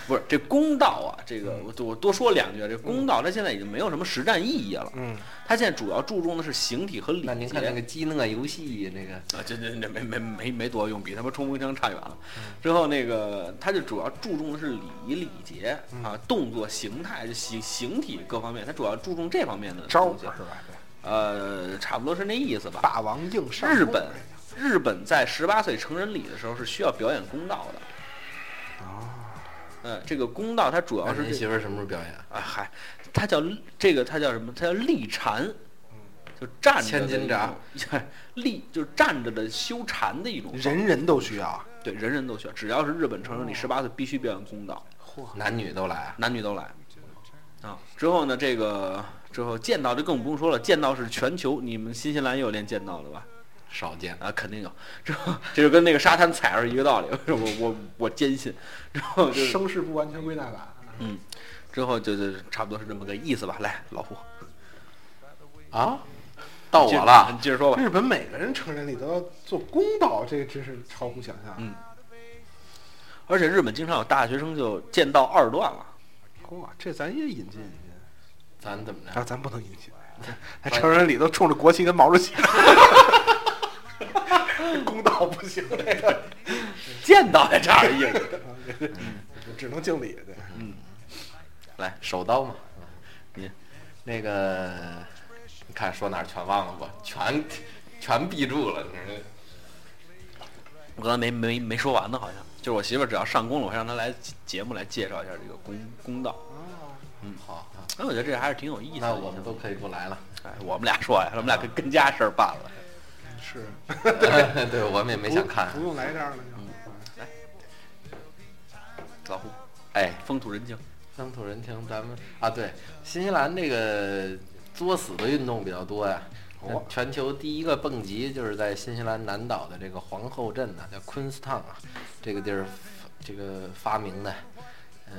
Speaker 2: 不是这公道啊，这个
Speaker 3: 嗯
Speaker 2: 我多我多说两句啊，这公道它现在已经没有什么实战意义了。
Speaker 3: 嗯，
Speaker 2: 他现在主要注重的是形体和礼节。
Speaker 4: 那您看那个激那游戏那个，
Speaker 2: 啊，这这这没没没没多用，比他妈冲锋枪差远了。
Speaker 4: 嗯
Speaker 2: 之后那个他就主要注重的是礼仪礼节
Speaker 4: 嗯
Speaker 2: 啊，动作形态、就形形体各方面，他主要注重这方面的
Speaker 3: 招
Speaker 2: 东
Speaker 3: 儿
Speaker 2: 西
Speaker 3: 是吧？对
Speaker 2: 呃，差不多是那意思吧。
Speaker 3: 霸王硬上弓
Speaker 2: 日本，日本在十八岁成人礼的时候是需要表演公道的。
Speaker 3: 啊，
Speaker 2: 嗯，这个公道它主要
Speaker 4: 哦哎那
Speaker 2: 是
Speaker 4: 您
Speaker 2: 这
Speaker 4: 媳妇儿什么时候表演？
Speaker 2: 啊，嗨，它叫这个，它叫什么？它叫立禅，就站着的
Speaker 4: 嗯千斤
Speaker 2: 一
Speaker 4: 闸
Speaker 2: 种， 立就是站着的修禅的一种方式。
Speaker 3: 人人都需要啊。
Speaker 2: 对人人都需要，只要是日本成人礼十八岁必须表演公道，
Speaker 3: 嚯，
Speaker 4: 男女都来啊。
Speaker 2: 男女都来。啊，之后呢，这个之后剑道就更不用说了，剑道是全球，你们新西兰也有练剑道的吧？
Speaker 4: 少见。
Speaker 2: 啊，肯定有。之后这就跟那个沙滩踩是一个道理， 我我我坚信。之后就是
Speaker 3: 声势不完全归纳法。
Speaker 2: 嗯，之后就就差不多是这么个意思吧。来，老胡，
Speaker 4: 啊，到
Speaker 2: 接
Speaker 4: 我
Speaker 2: 着
Speaker 4: 了
Speaker 2: 你。接着说吧。
Speaker 3: 日本每个人成人礼都要做公道，这个真是超乎想象。
Speaker 2: 嗯而且日本经常有大学生就剑道二段了。
Speaker 3: 嚯，这咱也引进引进，
Speaker 4: 咱怎么着？
Speaker 3: 啊，咱不能引进，咱成人礼都冲着国旗跟毛主 席来。公道不行，这个
Speaker 2: 剑道在这儿意思。
Speaker 3: 只能敬礼。对，
Speaker 2: 来，
Speaker 4: 手刀嘛。嗯
Speaker 2: 你
Speaker 4: 那个，你看说哪儿全忘了我，全全闭住了。你说
Speaker 2: 我刚才没没没说完呢，好像就是我媳妇儿只要上工了，我会让她来节目来介绍一下这个公公道。
Speaker 4: 这好啊，
Speaker 2: 哎，我觉得这还是挺有意思的。
Speaker 4: 那我们都可以不来 了。
Speaker 2: 哎，我们俩说呀，我们俩跟跟家事儿办了。
Speaker 3: 是
Speaker 4: 对，我们也没想看。
Speaker 3: 不用来这儿了
Speaker 2: 嗯
Speaker 3: 就。
Speaker 2: 老胡，
Speaker 4: 哎，
Speaker 2: 风土人情，
Speaker 4: 风土人情，咱们啊，对，新西兰这个作死的运动比较多呀。那
Speaker 3: 哦
Speaker 4: 全球第一个蹦极就是在新西兰南岛的这个皇后镇呢、叫 Queenstown 啊，这个地儿这个发明的，嗯、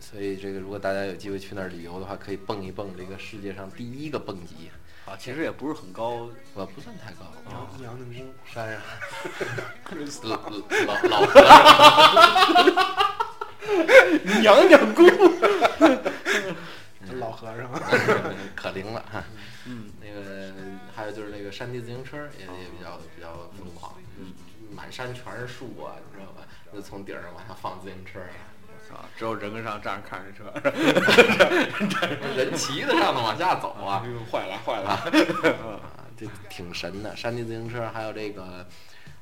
Speaker 4: 所以这个如果大家有机会去那儿旅游的话，可以蹦一蹦这个世界上第一个蹦极，
Speaker 2: 啊，其实也不是很高，
Speaker 4: 我不算太高，
Speaker 2: 哦
Speaker 3: 杨宁波，
Speaker 4: 山上 老老老和尚
Speaker 2: 娘娘姑。嗯
Speaker 3: 老和尚，
Speaker 4: 可灵了哈。嗯，那个还有就是那个山地自行车也也比较比较疯狂，嗯，满山全是树啊，你知道吧？就从顶上往下放自行车啊，
Speaker 2: 啊，之后人跟上站着看着这车，
Speaker 4: 人骑在上头往下走
Speaker 3: 哎
Speaker 4: 啊，
Speaker 2: 坏了坏了。
Speaker 3: 嗯
Speaker 4: 啊，这挺神的。山地自行车还有这个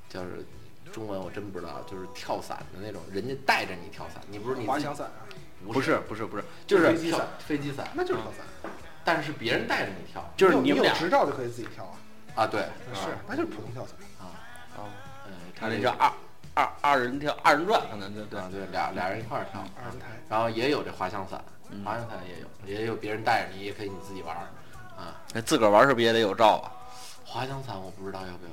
Speaker 4: 就是。中文我真不知道，就是跳伞的那种，人家带着你跳伞，你
Speaker 2: 嗯
Speaker 4: 不是你
Speaker 3: 滑
Speaker 4: 自己
Speaker 3: 翔伞啊，
Speaker 2: 不是不是不是，就是
Speaker 4: 是
Speaker 3: 飞机
Speaker 4: 跳
Speaker 3: 伞
Speaker 4: 飞机伞，
Speaker 3: 那就是跳伞。
Speaker 4: 但是别人带着你跳
Speaker 2: 就是
Speaker 3: 你
Speaker 2: 你
Speaker 3: 有
Speaker 2: 们
Speaker 3: 你
Speaker 2: 俩
Speaker 3: 有执照就可以自己跳啊。
Speaker 4: 啊，对，
Speaker 3: 是，那就是普通跳伞。
Speaker 4: 啊，
Speaker 2: 哦
Speaker 4: 嗯，
Speaker 2: 他
Speaker 4: 这
Speaker 2: 那叫
Speaker 4: 个
Speaker 2: 二二二人跳二人转，可能就对
Speaker 4: 啊，对，俩俩人一块儿跳，
Speaker 3: 二人台，
Speaker 4: 然后也有这滑翔伞，滑翔伞也有，也有别人带着你，也可以你自己玩儿啊。
Speaker 2: 那自个儿玩是不是也得有照啊？
Speaker 4: 滑翔伞我不知道要不要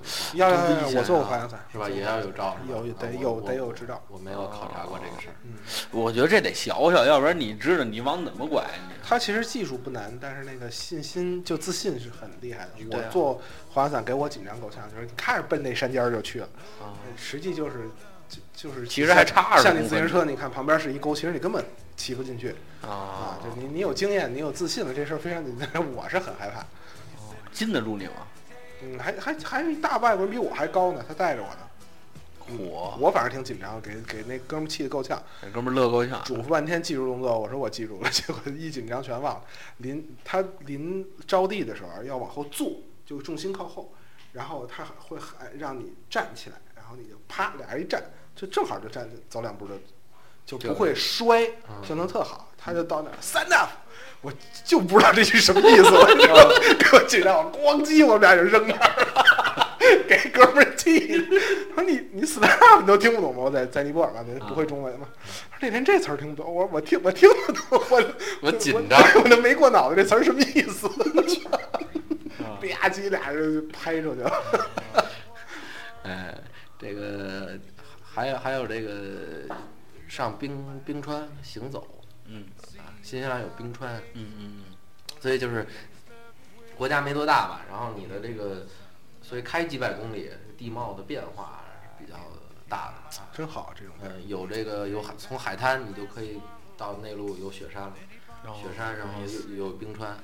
Speaker 4: 有照，
Speaker 3: 要
Speaker 2: 真不一
Speaker 3: 要要，
Speaker 2: 样
Speaker 3: 我做过
Speaker 2: 啊
Speaker 3: 滑翔伞，
Speaker 4: 是吧？也要有照，是吧
Speaker 3: 有有得
Speaker 4: 啊我
Speaker 3: 有
Speaker 4: 我
Speaker 3: 得有执照
Speaker 4: 我没有考察过这个事儿。
Speaker 2: 嗯
Speaker 3: 嗯
Speaker 2: 我觉得这得学学，要不然你知道你往怎么拐你。
Speaker 3: 它其实技术不难，但是那个信心就自信是很厉害的。
Speaker 2: 对啊
Speaker 3: 我做滑翔伞给我紧张够呛，就是你看着奔那山尖儿就去了，
Speaker 2: 啊
Speaker 3: 实际就是就就是
Speaker 2: 其实还差20
Speaker 3: 像
Speaker 2: 公
Speaker 3: 你自行
Speaker 2: 分
Speaker 3: 车，你看旁边是一沟，其实你根本骑不进去
Speaker 2: 啊
Speaker 3: 啊。就你你有经验，你有自信了，这事儿非常简单。 我是很害怕，
Speaker 2: 禁得住你吗？
Speaker 3: 嗯，还还还有一大外国人比我还高呢，他带着我呢。
Speaker 2: 嗯火，
Speaker 3: 我反正挺紧张，给给那哥们儿气得够呛，
Speaker 2: 这哥们儿乐够呛。
Speaker 3: 嘱咐半天技术动作，我说我记住了， 结果一紧张全忘了。临他临着地的时候要往后坐，就重心靠后，然后他会喊让你站起来，然后你就啪俩人一站，就正好就站走两步就就不会摔，性能特好。他就到那儿 stand up，我就不知道这是什么意思，我知道 给我紧张，我咣叽，我们俩就扔那儿了， 给哥们儿气。他说你你 stand up 你都听不懂吗？我在在尼泊尔嘛，那不会中文嘛。他说那天这词儿听不懂，我说我听我听得懂，我
Speaker 4: 啊我紧张啊
Speaker 3: 我都没过脑子这词儿什么意思， 吧唧俩人就拍出去了。
Speaker 4: 哎，这个还有还有这个上冰冰川行走
Speaker 2: 嗯
Speaker 4: 啊，新西兰有冰川，
Speaker 2: 嗯嗯嗯，
Speaker 4: 所以就是国家没多大吧，然后你的这个所以开几百公里地貌的变化是比较大的。啊
Speaker 3: 真好，这种地儿
Speaker 4: 嗯，有这个有海，从海滩你就可以到内陆有雪山了，雪山然后有有冰川，啊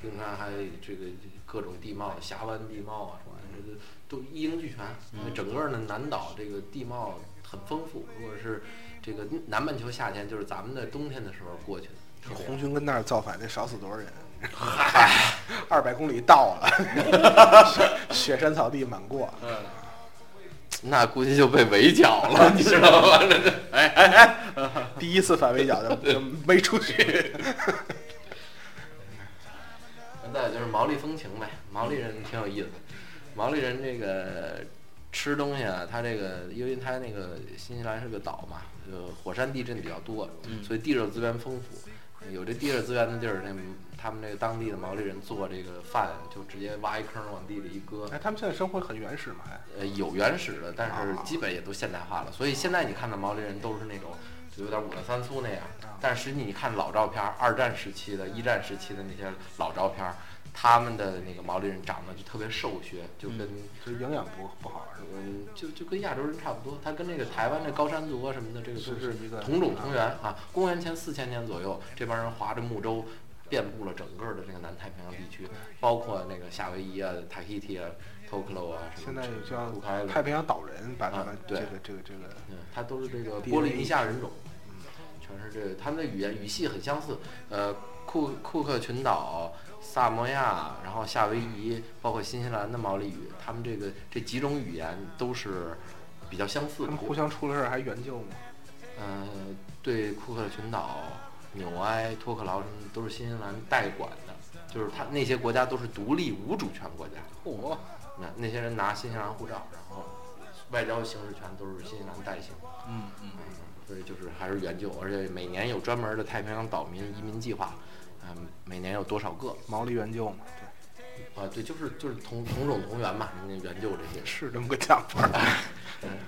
Speaker 4: 冰川还有这个各种地貌，峡湾地貌啊什么的，这个都一应俱全。那整个呢南岛这个地貌很丰富，如果是这个南半球夏天，就是咱们的冬天的时候过去的，
Speaker 3: 红军跟那儿造反，得少死 多少人？二百公里到了， 雪雪山草地满过。
Speaker 4: 嗯那估计就被围剿了，你知道 吗？这这，哎哎哎，
Speaker 3: 第一次反围剿就就没出去。
Speaker 4: 那就是毛利风情呗，毛利人挺有意思。毛利人这个吃东西啊，他这个因为他那个新西兰是个岛嘛，就火山地震比较多，所以地热资源丰富。有这地热资源的地儿，那他们这个当地的毛利人做这个饭，就直接挖一坑往地里一搁，
Speaker 3: 哎，他们现在生活很原始嘛，还
Speaker 4: 呃，有原始的，但是
Speaker 3: 啊
Speaker 4: 基本也都现代化了。所以现在你看到毛利人都是那种就有点五大三粗那样
Speaker 3: 啊，
Speaker 4: 但是实际你看老照片儿，二战时期的、一战时期的那些老照片儿，他们的那个毛利人长得就特别瘦削，就
Speaker 3: 嗯
Speaker 4: 跟
Speaker 3: 就营养不不好是吧？
Speaker 4: 嗯，就就跟亚洲人差不多，他跟那个台湾的高山族啊什么的，这个都
Speaker 3: 是是一个
Speaker 4: 同种同源啊。公元前四千年左右，这帮人划着木舟，遍布了整个的这个南太平洋地
Speaker 3: 嗯
Speaker 4: 区，包括那个夏威夷啊、塔希提啊、Tokyo 啊什
Speaker 3: 现
Speaker 4: 么
Speaker 3: 在
Speaker 4: 的
Speaker 3: 有叫
Speaker 4: 库开的
Speaker 3: 太平洋岛人把他
Speaker 4: 啊
Speaker 3: 们这
Speaker 4: 对
Speaker 3: 个这个这个，
Speaker 4: 嗯，它都是这个波利尼西亚人种，嗯全是这个，他们的语言语系很相似。呃，库库克群岛、萨摩亚，然后夏威夷，包括新西兰的毛利语，他们这个这几种语言都是比较相似
Speaker 3: 他
Speaker 4: 的
Speaker 3: 们。互相出了事儿还援救吗？
Speaker 4: 呃，对库克群岛、纽埃、托克劳什么的都是新西兰代管的，就是他那些国家都是独立无主权国家。
Speaker 2: 嚯，
Speaker 4: 那那些人拿新西兰护照，然后外交行使权都是新西兰代行。
Speaker 2: 嗯嗯，
Speaker 4: 所以就是还是援救，而且每年有专门的太平洋岛民移民计划，嗯、每年有多少个？
Speaker 3: 毛利援救嘛，
Speaker 4: 啊，对，就是就是同同种同源嘛，人家援救这些
Speaker 3: 对，
Speaker 4: 人。
Speaker 3: 是这么个讲法
Speaker 4: 啊
Speaker 3: 儿。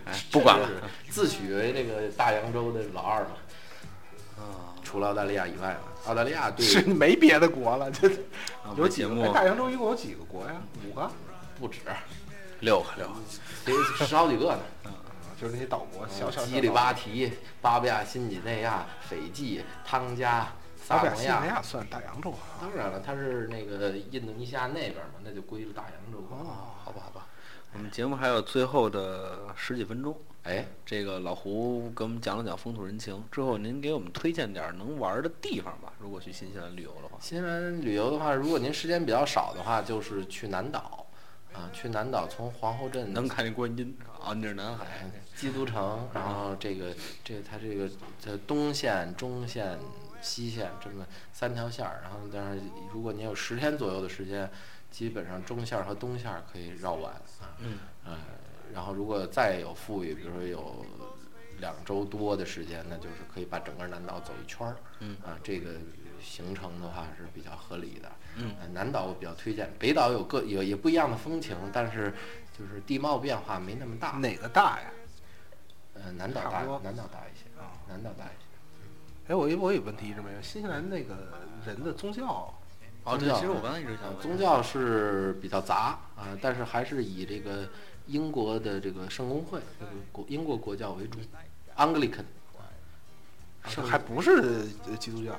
Speaker 4: 哎
Speaker 2: 不管了
Speaker 4: 这就是自诩为这个大洋洲的老二嘛，
Speaker 2: 啊，
Speaker 4: 除了澳大利亚以外嘛，澳大利亚对啊
Speaker 3: 是没别的国了，这有
Speaker 2: 有
Speaker 3: 几
Speaker 2: 节
Speaker 3: 个
Speaker 2: 目啊
Speaker 3: 哎大洋洲一共有几个国呀？五个，
Speaker 4: 不止，
Speaker 2: 六个六个，
Speaker 4: 得十好几个呢。
Speaker 3: 就是那些岛国，小小小
Speaker 4: 哦基里
Speaker 3: 岛
Speaker 4: 巴提、巴布亚新几内亚、斐济、汤加、
Speaker 3: 国，
Speaker 4: 萨
Speaker 3: 巴布亚
Speaker 4: 摩
Speaker 3: 新几
Speaker 4: 亚
Speaker 3: 内。亚算大洋洲啊。
Speaker 4: 当然了，它是那个印度尼西亚那边嘛，那就归了大洋洲。
Speaker 3: 哦
Speaker 4: 好吧，好吧。
Speaker 2: 我们节目还有最后的十几分钟，
Speaker 4: 哎，
Speaker 2: 这个老胡给我们讲了讲风土人情之后，您给我们推荐点儿能玩儿的地方吧。如果去新西兰旅游的话，
Speaker 4: 新西兰旅游的话，如果您时间比较少的话，就是去南岛，啊，去南岛从皇后镇
Speaker 2: 能看见观音啊，那是南海。
Speaker 4: 哎基督城，然后这个这个它这个这东线、中线、西线这么三条线儿，然后但是如果您有十天左右的时间，基本上中线儿和东线儿可以绕完啊，
Speaker 2: 嗯，
Speaker 4: 呃，然后如果再有富裕，比如说有两周多的时间，那就是可以把整个南岛走一圈儿，
Speaker 2: 嗯
Speaker 4: 啊，这个行程的话是比较合理的，
Speaker 2: 嗯
Speaker 4: 呃，南岛我比较推荐，北岛有各有也不一样的风情，但是就是地貌变化没那么大，
Speaker 3: 哪个大呀？
Speaker 4: 呃，南岛
Speaker 3: 差不
Speaker 4: 大
Speaker 3: 多，
Speaker 4: 南岛大一些，
Speaker 3: 啊，
Speaker 4: 南岛大一些。
Speaker 3: 哎，我有我有问题一直没有，新西兰那个人的宗教
Speaker 2: 哦，
Speaker 4: 宗
Speaker 2: 对，
Speaker 4: 教
Speaker 2: 其实我刚才一直想
Speaker 4: 呃
Speaker 2: 问
Speaker 4: 宗教是比较杂啊、但是还是以这个英国的这个圣公会，这个国英国国教为主，Anglican
Speaker 3: 是还不是呃基督教，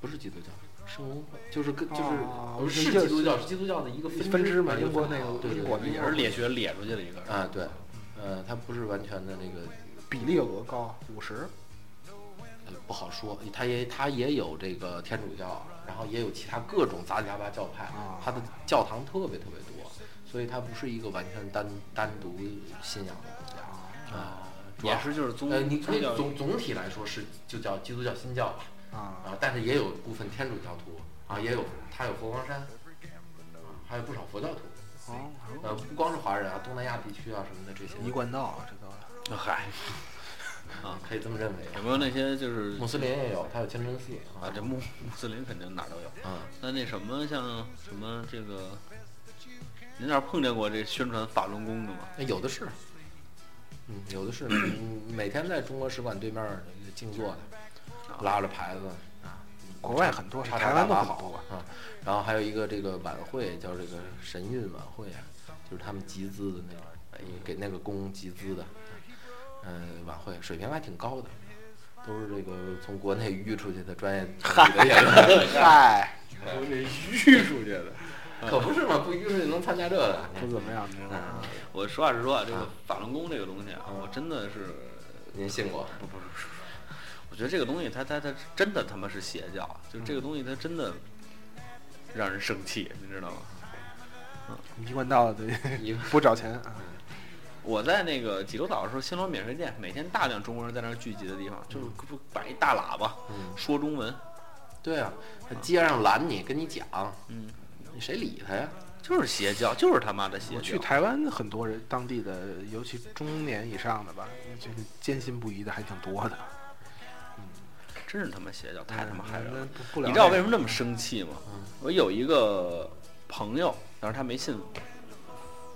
Speaker 4: 不是基督教，圣公会就是跟就是、
Speaker 3: 哦
Speaker 4: 不是
Speaker 3: 就
Speaker 4: 基督教，是基督教的一个
Speaker 3: 分支
Speaker 4: 支
Speaker 3: 嘛
Speaker 4: 啊一
Speaker 3: 英国那
Speaker 4: 分
Speaker 3: 个
Speaker 4: 对对
Speaker 3: 英国
Speaker 4: 对
Speaker 3: 那
Speaker 2: 也是列学列出去的一个人。
Speaker 4: 啊对，呃，它不是完全的那个
Speaker 3: 比例有多高？五十？
Speaker 4: 呃，不好说，它也它也有这个天主教，然后也有其他各种杂七杂八教派
Speaker 3: 啊，
Speaker 4: 它的教堂特别特别多，所以它不是一个完全单单独信仰的国家。啊，主要
Speaker 2: 也是就是宗
Speaker 4: 呃，你可
Speaker 2: 宗
Speaker 4: 以
Speaker 2: 教
Speaker 4: 总总体来说是就叫基督教新教吧，
Speaker 3: 啊，
Speaker 4: 啊，但是也有部分天主教徒啊，也有它有佛光山，啊还有不少佛教徒，
Speaker 3: 哦，
Speaker 4: 呃，不光是华人啊，东南亚地区啊什么的这些，
Speaker 3: 一贯道这都。
Speaker 2: 嗨，
Speaker 4: 可以这么认为
Speaker 2: 有
Speaker 4: 啊。
Speaker 2: 没有那些就是
Speaker 4: 穆斯林也有，它有清真寺
Speaker 2: 啊，这穆穆斯林肯定哪儿都有。
Speaker 4: 啊，
Speaker 2: 那那什么像什么这个，您那儿碰见过这宣传法轮功的吗？
Speaker 4: 那有的是，嗯，有的是，嗯每天在中国使馆对面儿静坐的，拉着牌子啊，
Speaker 3: 国外很多，
Speaker 4: 叉
Speaker 3: 哦
Speaker 4: 叉
Speaker 3: 台湾都
Speaker 4: 打
Speaker 3: 很
Speaker 4: 好
Speaker 3: 多。
Speaker 4: 啊，然后还有一个这个晚会叫这个神韵晚会啊，就是他们集资的那个，哎给那个宫集资的，嗯、晚会水平还挺高的，都是这个从国内吁出去的专 业的演员，
Speaker 3: 嗨，
Speaker 2: 我给吁出去的。
Speaker 4: 可不是嘛，不吁出去能参加这个？
Speaker 3: 不怎么样，这个
Speaker 4: 啊
Speaker 2: 我实话实
Speaker 3: 啊
Speaker 2: 说啊，这个法轮功这个东西啊，我真的是
Speaker 4: 您信过？
Speaker 2: 不不是不是，我觉得这个东西它它它真的他妈是邪教，啊就
Speaker 3: 嗯
Speaker 2: 这个东西它真的让人生气，你知道吗？
Speaker 3: 一贯道的
Speaker 4: 一个
Speaker 3: 不找钱啊，
Speaker 2: 我在那个济州岛的时候，新罗免税店每天大量中国人在那儿聚集的地方，就是
Speaker 3: 嗯
Speaker 2: 不摆一大喇叭
Speaker 4: 嗯，
Speaker 2: 说中文，
Speaker 4: 对啊，他街上拦你，跟你讲，
Speaker 2: 嗯，
Speaker 4: 你谁理他呀？
Speaker 2: 就是邪教，就是他妈的邪
Speaker 3: 我去
Speaker 2: 教。
Speaker 3: 台湾很多人，当地的尤其中年以上的吧，就是坚信不疑的还挺多的。
Speaker 2: 真是他妈邪教，太他妈害人了！
Speaker 3: 嗯不不聊
Speaker 2: 你知道我
Speaker 3: 这
Speaker 2: 为
Speaker 3: 个嗯
Speaker 2: 什么这么生气吗？我有一个朋友，但是他没信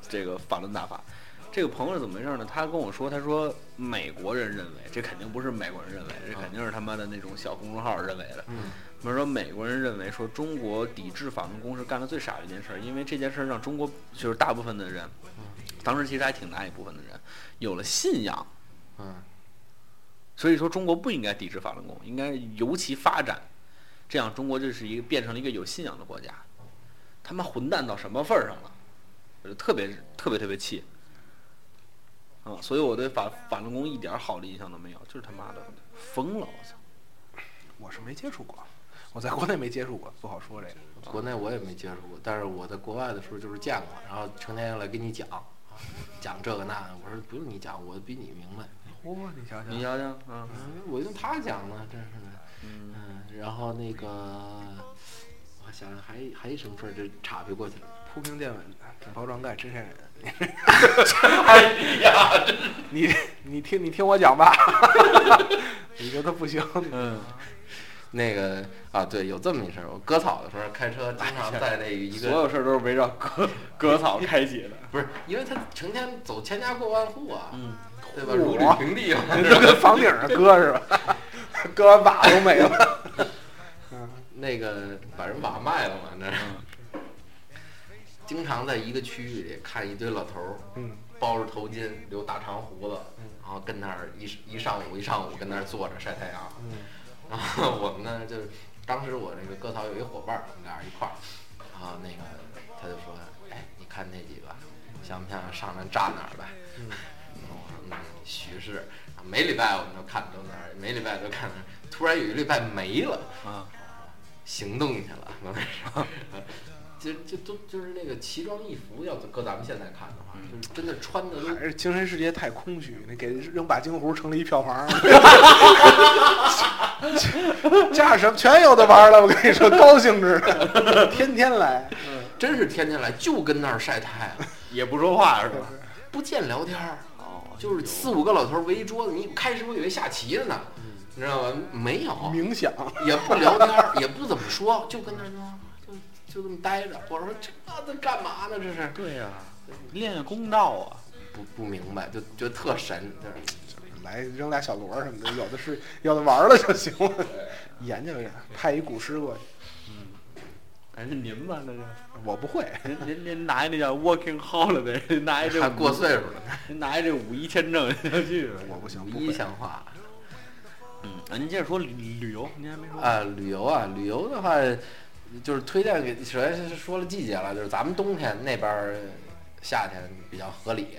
Speaker 2: 这个法轮大法。这个朋友是怎么回事呢？他跟我说，他说美国人认为这肯定不是美国人认为，这肯定是他妈的那种小公众号认为的。
Speaker 4: 嗯，
Speaker 2: 他说美国人认为说中国抵制法轮功是干的最傻的一件事儿，因为这件事儿让中国就是大部分的人，
Speaker 3: 嗯
Speaker 2: 当时其实还挺大一部分的人有了信仰，
Speaker 4: 嗯，
Speaker 2: 所以说中国不应该抵制法轮功，应该由其发展，这样中国就是一个变成了一个有信仰的国家。他妈混蛋到什么份儿上了？我就特别特别特别气。啊，所以我对法法轮功一点好的印象都没有，就是他妈的疯了！我操，
Speaker 3: 我是没接触过，我在国内没接触过，不好说这个。
Speaker 4: 国内我也没接触过，但是我在国外的时候就是见过，然后成天要来跟你讲，讲这个那个，我说不用你讲，我比你明白，
Speaker 3: 嚯，你想
Speaker 2: 你
Speaker 3: 想，
Speaker 2: 想想啊，
Speaker 4: 嗯我用他讲呢，真是的，
Speaker 2: 嗯，
Speaker 4: 嗯，然后那个我想想还还一什么事儿，这岔劈过去了。
Speaker 3: 铺平垫稳，挺包装盖，真善人。
Speaker 2: 哎呀，真
Speaker 3: 你你听你听我讲吧， 你觉得不行？
Speaker 2: 嗯，
Speaker 4: 那个啊，对，有这么一事儿，我割草的时候开车经常在那一
Speaker 2: 所
Speaker 4: 个，
Speaker 2: 有事儿都是围绕 割割草开启的，
Speaker 4: 哎不是因为他成天走千家过万户啊，
Speaker 2: 嗯，
Speaker 4: 对吧？如履平 地嘛。
Speaker 3: 你就跟房顶上搁是吧？ 搁完瓦都没了。
Speaker 4: 那个把人把卖了嘛，那是。经常在一个区域里看一堆老头儿，
Speaker 3: 嗯，
Speaker 4: 包着头巾，留大长胡子，然后跟那儿一一上午一上午跟那儿坐着晒太阳。 然后我们呢，就是当时我那个割草有一伙伴儿，我们俩一块儿，然后那个他就说：“哎，你看那几个，想不想上咱站那儿呗？”然后我说：“嗯，徐氏。”每礼拜我们都看都那儿，每礼拜都看那儿。突然有一礼拜没了，哦
Speaker 2: 啊，
Speaker 4: 行动去了， 可能是。就就都就是那个奇装异服，要搁咱们现在看的话，就是真的穿的
Speaker 3: 还
Speaker 4: 都
Speaker 3: 是精神世界太空虚，那给扔把京胡成了一票房。 加什么全有的玩了，我跟你说，高兴着呢，天天来。
Speaker 4: 真是天天来，就跟那儿晒太阳，
Speaker 2: 也不说话是吧？
Speaker 4: 不见聊天儿，
Speaker 2: 哦
Speaker 4: 就是四五个老头围一桌子。你开始我以为下棋的呢，
Speaker 2: 嗯
Speaker 4: 你知道吗？没有，
Speaker 3: 冥想，
Speaker 4: 也不聊天儿， 也不怎么说，就跟那儿就就这么待着。我说这都干嘛呢？这是
Speaker 2: 对呀、练练公道啊，
Speaker 4: 不不明白，就觉得特神，就是
Speaker 3: 来扔俩小锣儿什么的，有的是有的玩了就行了。 研究研究，派一古诗过去，
Speaker 2: 还是您吧，那就。
Speaker 3: 我不会。
Speaker 2: 您您您拿一那叫 working holiday，您拿一哎这
Speaker 4: 还
Speaker 2: 五
Speaker 4: 过，岁数了，
Speaker 2: 您拿一这五一签证就去了。
Speaker 3: 我不行，不
Speaker 4: 一
Speaker 3: 会。
Speaker 4: 像话。
Speaker 2: 嗯，啊您接着说旅旅游，您还没说。
Speaker 4: 啊，旅游啊，旅游的话，就是推荐给，首先是说了季节了，就是咱们冬天那边儿夏天比较合理，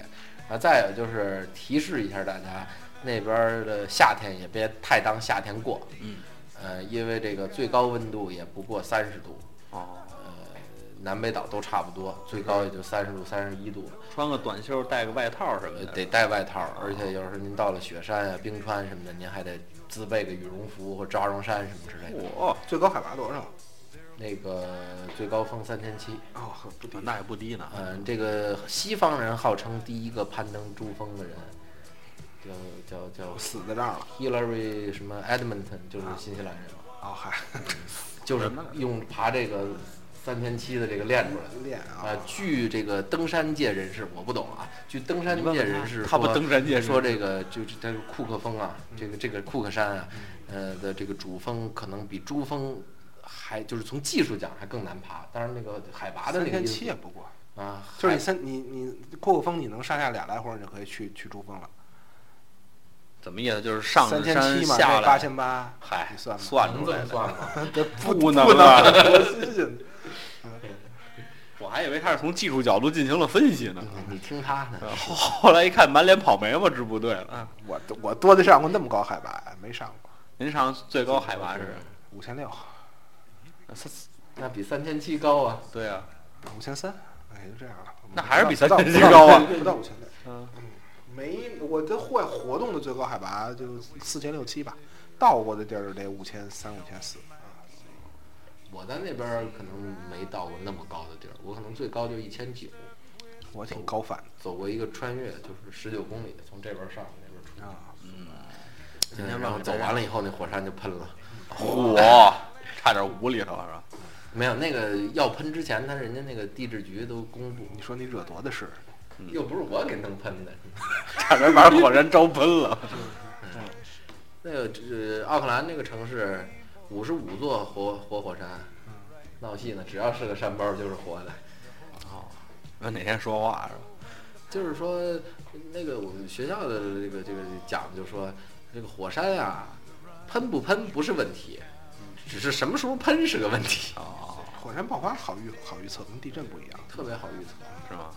Speaker 4: 啊，再有就是提示一下大家，那边儿的夏天也别太当夏天过，
Speaker 2: 嗯，
Speaker 4: 呃，因为这个最高温度也不过三十度，
Speaker 2: 哦，
Speaker 4: 呃，南北岛都差不多，最高也就三十度、三十一度，
Speaker 2: 穿个短袖，带个外套什么
Speaker 4: 呃
Speaker 2: 的。
Speaker 4: 得带外套，而且有时候您到了雪山啊、冰川什么的，您还得自备个羽绒服或抓绒衫什么之类的。
Speaker 2: 哦，
Speaker 3: 最高海拔多少？
Speaker 4: 那个最高峰三千七，
Speaker 3: 哦，不低。
Speaker 2: 那也不低呢。
Speaker 4: 嗯，这个西方人号称第一个攀登珠峰的人，叫叫叫
Speaker 3: 我死在这儿了。
Speaker 4: Hillary 什么 Edmonton，就是新西兰人，
Speaker 3: 哦，嗨，
Speaker 4: 就是用爬这个三千七的这个练出来的。
Speaker 3: 练啊
Speaker 4: 啊，，据这个登山界人士，我不懂啊。据登山界人士说，
Speaker 2: 他不登山界人士
Speaker 4: 说这个就是这个库克峰啊，这个这个库克山啊，呃的这个主峰可能比珠峰还就是从技术讲还更难爬。当然那个海拔的
Speaker 3: 三
Speaker 4: 那个
Speaker 3: 千
Speaker 4: 因
Speaker 3: 七
Speaker 4: 素
Speaker 3: 也不过，
Speaker 4: 啊，
Speaker 3: 就是
Speaker 4: 海
Speaker 3: 你三你你过个峰，你能上下俩来回，你就可以去去珠峰了。
Speaker 2: 怎么意思？就是上
Speaker 3: 三
Speaker 2: 了
Speaker 3: 千
Speaker 2: 山
Speaker 3: 七嘛，
Speaker 2: 下来，
Speaker 3: 八千八，
Speaker 2: 嗨
Speaker 3: 你，算吧。
Speaker 2: 算
Speaker 4: 能
Speaker 2: 出
Speaker 4: 这
Speaker 2: 来
Speaker 4: 么
Speaker 2: 的。
Speaker 4: 算吗？
Speaker 2: 不能
Speaker 3: 啊
Speaker 2: 啊！！
Speaker 3: 我信信
Speaker 2: 我还以为他是从技术角度进行了分析呢。
Speaker 4: 你听他的，
Speaker 3: 嗯
Speaker 2: 后后来一看，满脸跑眉毛，这不对了。
Speaker 3: 我我多得上过那么高海拔呀，没上过。
Speaker 2: 林场最高海拔是？
Speaker 3: 五千六，
Speaker 4: 那比三千七高啊。
Speaker 2: 对啊，
Speaker 3: 五千三，哎，就这样了。
Speaker 2: 那还是比
Speaker 3: 不到
Speaker 2: 三千七
Speaker 3: 不到
Speaker 2: 高啊
Speaker 3: 不到五千六。
Speaker 2: 嗯，
Speaker 3: 没，我的户外活动的最高海拔就四千六七吧，到过的地儿得五千三、五千四。啊
Speaker 4: 我在那边儿可能没到过那么高的地儿，我可能最高就一千九，
Speaker 3: 我挺高反
Speaker 4: 走过一个穿越，就是十九公里，从这边儿上那边儿出
Speaker 3: 的啊，
Speaker 2: 今天
Speaker 4: 然后
Speaker 2: 晚上
Speaker 4: 走完了以后，那火山就喷了。
Speaker 2: 嚯，差点捂里头了是吧？
Speaker 4: 没有那个要喷之前，他人家那个地质局都公布，
Speaker 3: 你说你惹多的是，
Speaker 2: 嗯
Speaker 4: 又不是我给弄喷的。
Speaker 2: 差点把火山招喷了。
Speaker 4: 那个这奥克兰那个城市，五十五座活活火山，
Speaker 3: 嗯
Speaker 4: 闹戏呢，只要是个山包就是活的。
Speaker 2: 那哪天说话是吧？
Speaker 4: 就是说，那个我们学校的这个这个讲就说，这个火山啊，喷不喷不是问题，只是什么时候喷是个问题，
Speaker 2: 哦，
Speaker 3: 火山爆发好预好预测，跟地震不一样。
Speaker 4: 特别好预测。
Speaker 2: 是吗？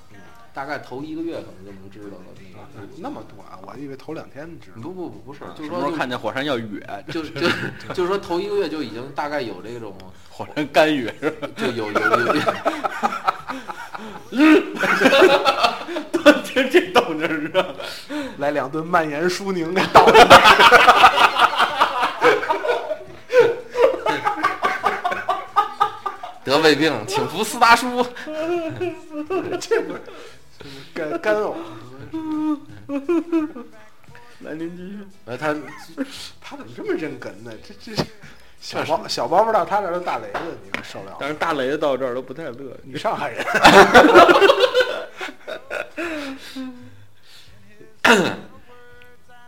Speaker 4: 大概头一个月可能就能知道了。
Speaker 3: 那么多啊，我以为头两天你知道。
Speaker 4: 不不不不是，就
Speaker 2: 什
Speaker 4: 是
Speaker 2: 么时候
Speaker 4: 说
Speaker 2: 看见火山要啊远，
Speaker 4: 就就就就是说头一个月就已经大概有这种
Speaker 2: 火山 干远是吧？
Speaker 4: 就有有有有
Speaker 2: 这这动静是吧？
Speaker 3: 来两顿蔓延舒宁给倒了。
Speaker 4: 得胃病，请服四大叔。
Speaker 3: 干干呕。
Speaker 2: 来，您继续。
Speaker 4: 呃，他
Speaker 3: 他怎么这么认哏呢？这 这小包小包不到他这儿都大雷子，你说受了？
Speaker 2: 但是大雷子到这儿都不太乐。
Speaker 3: 你上 海人，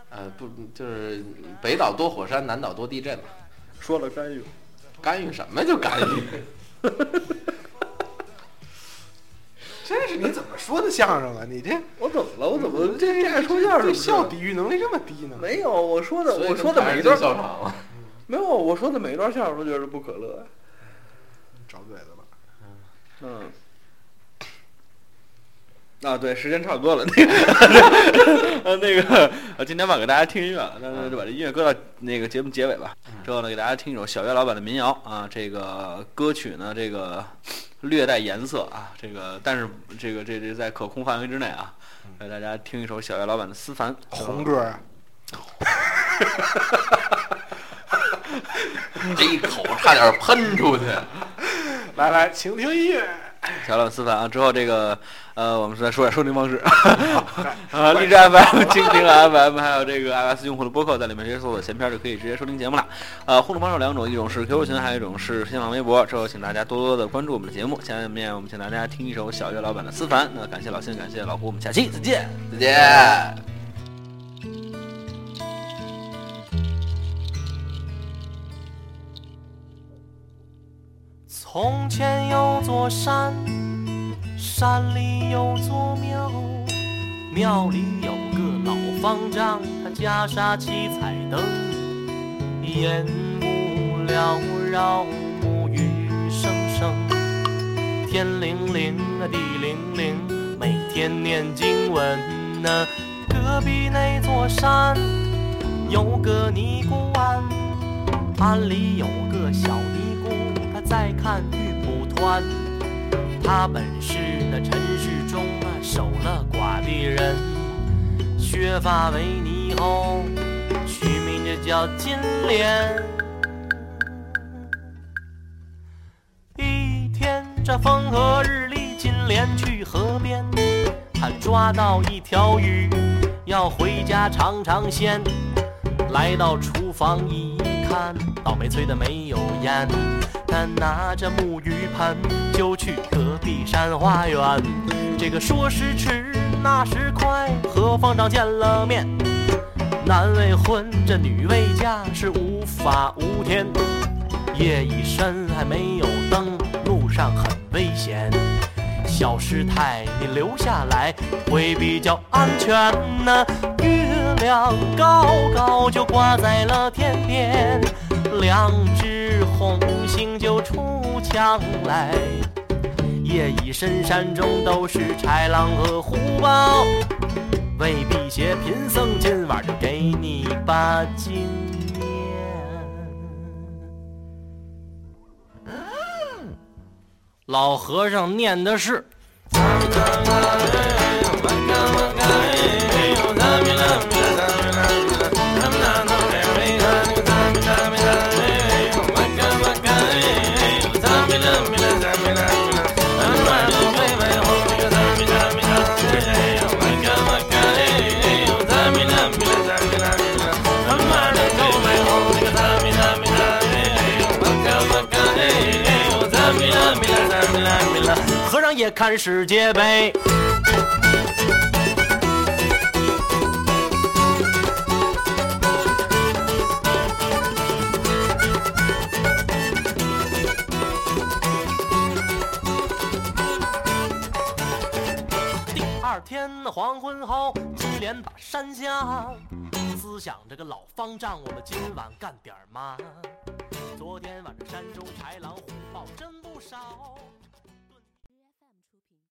Speaker 4: 呃不就是北岛多火山，南岛多地震嘛，
Speaker 2: 说了干预，
Speaker 4: 干预什么就干预。
Speaker 3: 这是你怎么说的相声啊？你 这
Speaker 2: 我怎么了？我怎么
Speaker 3: 这
Speaker 2: 嗯这爱说相声
Speaker 3: 这
Speaker 2: 不是吗
Speaker 3: 笑抵御能力这么低呢？
Speaker 2: 没有，我说的
Speaker 4: 所以
Speaker 2: 我说
Speaker 4: 跟
Speaker 2: 的
Speaker 4: 台
Speaker 2: 每一
Speaker 4: 上
Speaker 2: 段
Speaker 4: 进笑场了。
Speaker 2: 没有，我说的每一段相声都觉得不可乐。
Speaker 3: 找对了吧？
Speaker 2: 嗯。啊，对，时间差不多了。那个，呃，那个， 呃，今天忘给大家听音乐了，那那就把这音乐搁到那个节目结尾吧。之后呢，给大家听一首小岳老板的民谣啊，这个歌曲呢，这个略带颜色啊，这个但是这个这这在可控范围之内啊，给大家听一首小岳老板的《思凡》。
Speaker 3: 红歌啊，
Speaker 4: 这一口差点喷出去。
Speaker 3: 来来，请听音乐。
Speaker 2: 小老板思凡啊，之后这个呃，我们再说点收听方式，啊，荔枝 FM、蜻蜓 FM，还有这个 iOS 用户的播客，在里面直接搜索“闲篇”就可以直接收听节目了。呃，互动方式有两种，一种是 QQ 群，还有一种是新浪微博。之后请大家多多的关注我们的节目。下面我们请大家听一首小岳老板的《思凡》。那感谢老信，感谢老胡，我们下期再见。
Speaker 4: 再见。
Speaker 5: 从前有座山，山里有座庙，庙里有个老方丈，他家杀七彩灯，烟雾缭绕，沐雨声声。天灵灵啊，地灵灵，每天念经文呐、隔壁那座山有个尼姑庵。庵里有个小尼姑，她在看玉蒲团。她本是那尘世中啊守了寡的人，削发为尼后，取名这叫金莲。一天这风和日丽，金莲去河边，她抓到一条鱼，要回家尝尝鲜。来到厨房一看，倒霉催的没有烟。他拿着木鱼盆就去隔壁山花园。这个说时迟，那时快，何方长见了面。男未婚，这女未嫁，是无法无天。夜已深，还没有灯，路上很危险。小师太，你留下来会比较安全呢、月亮高高就挂在了天边，两只红星就出墙来。夜已深，山中都是豺狼和虎豹，为辟邪，贫僧今晚就给你把经念。老和尚念的是。和尚也看世界杯。第二天黄昏后，金莲把山下，思想这个老方丈，我们今晚干点嘛？昨天晚上山中豺狼虎豹真不少。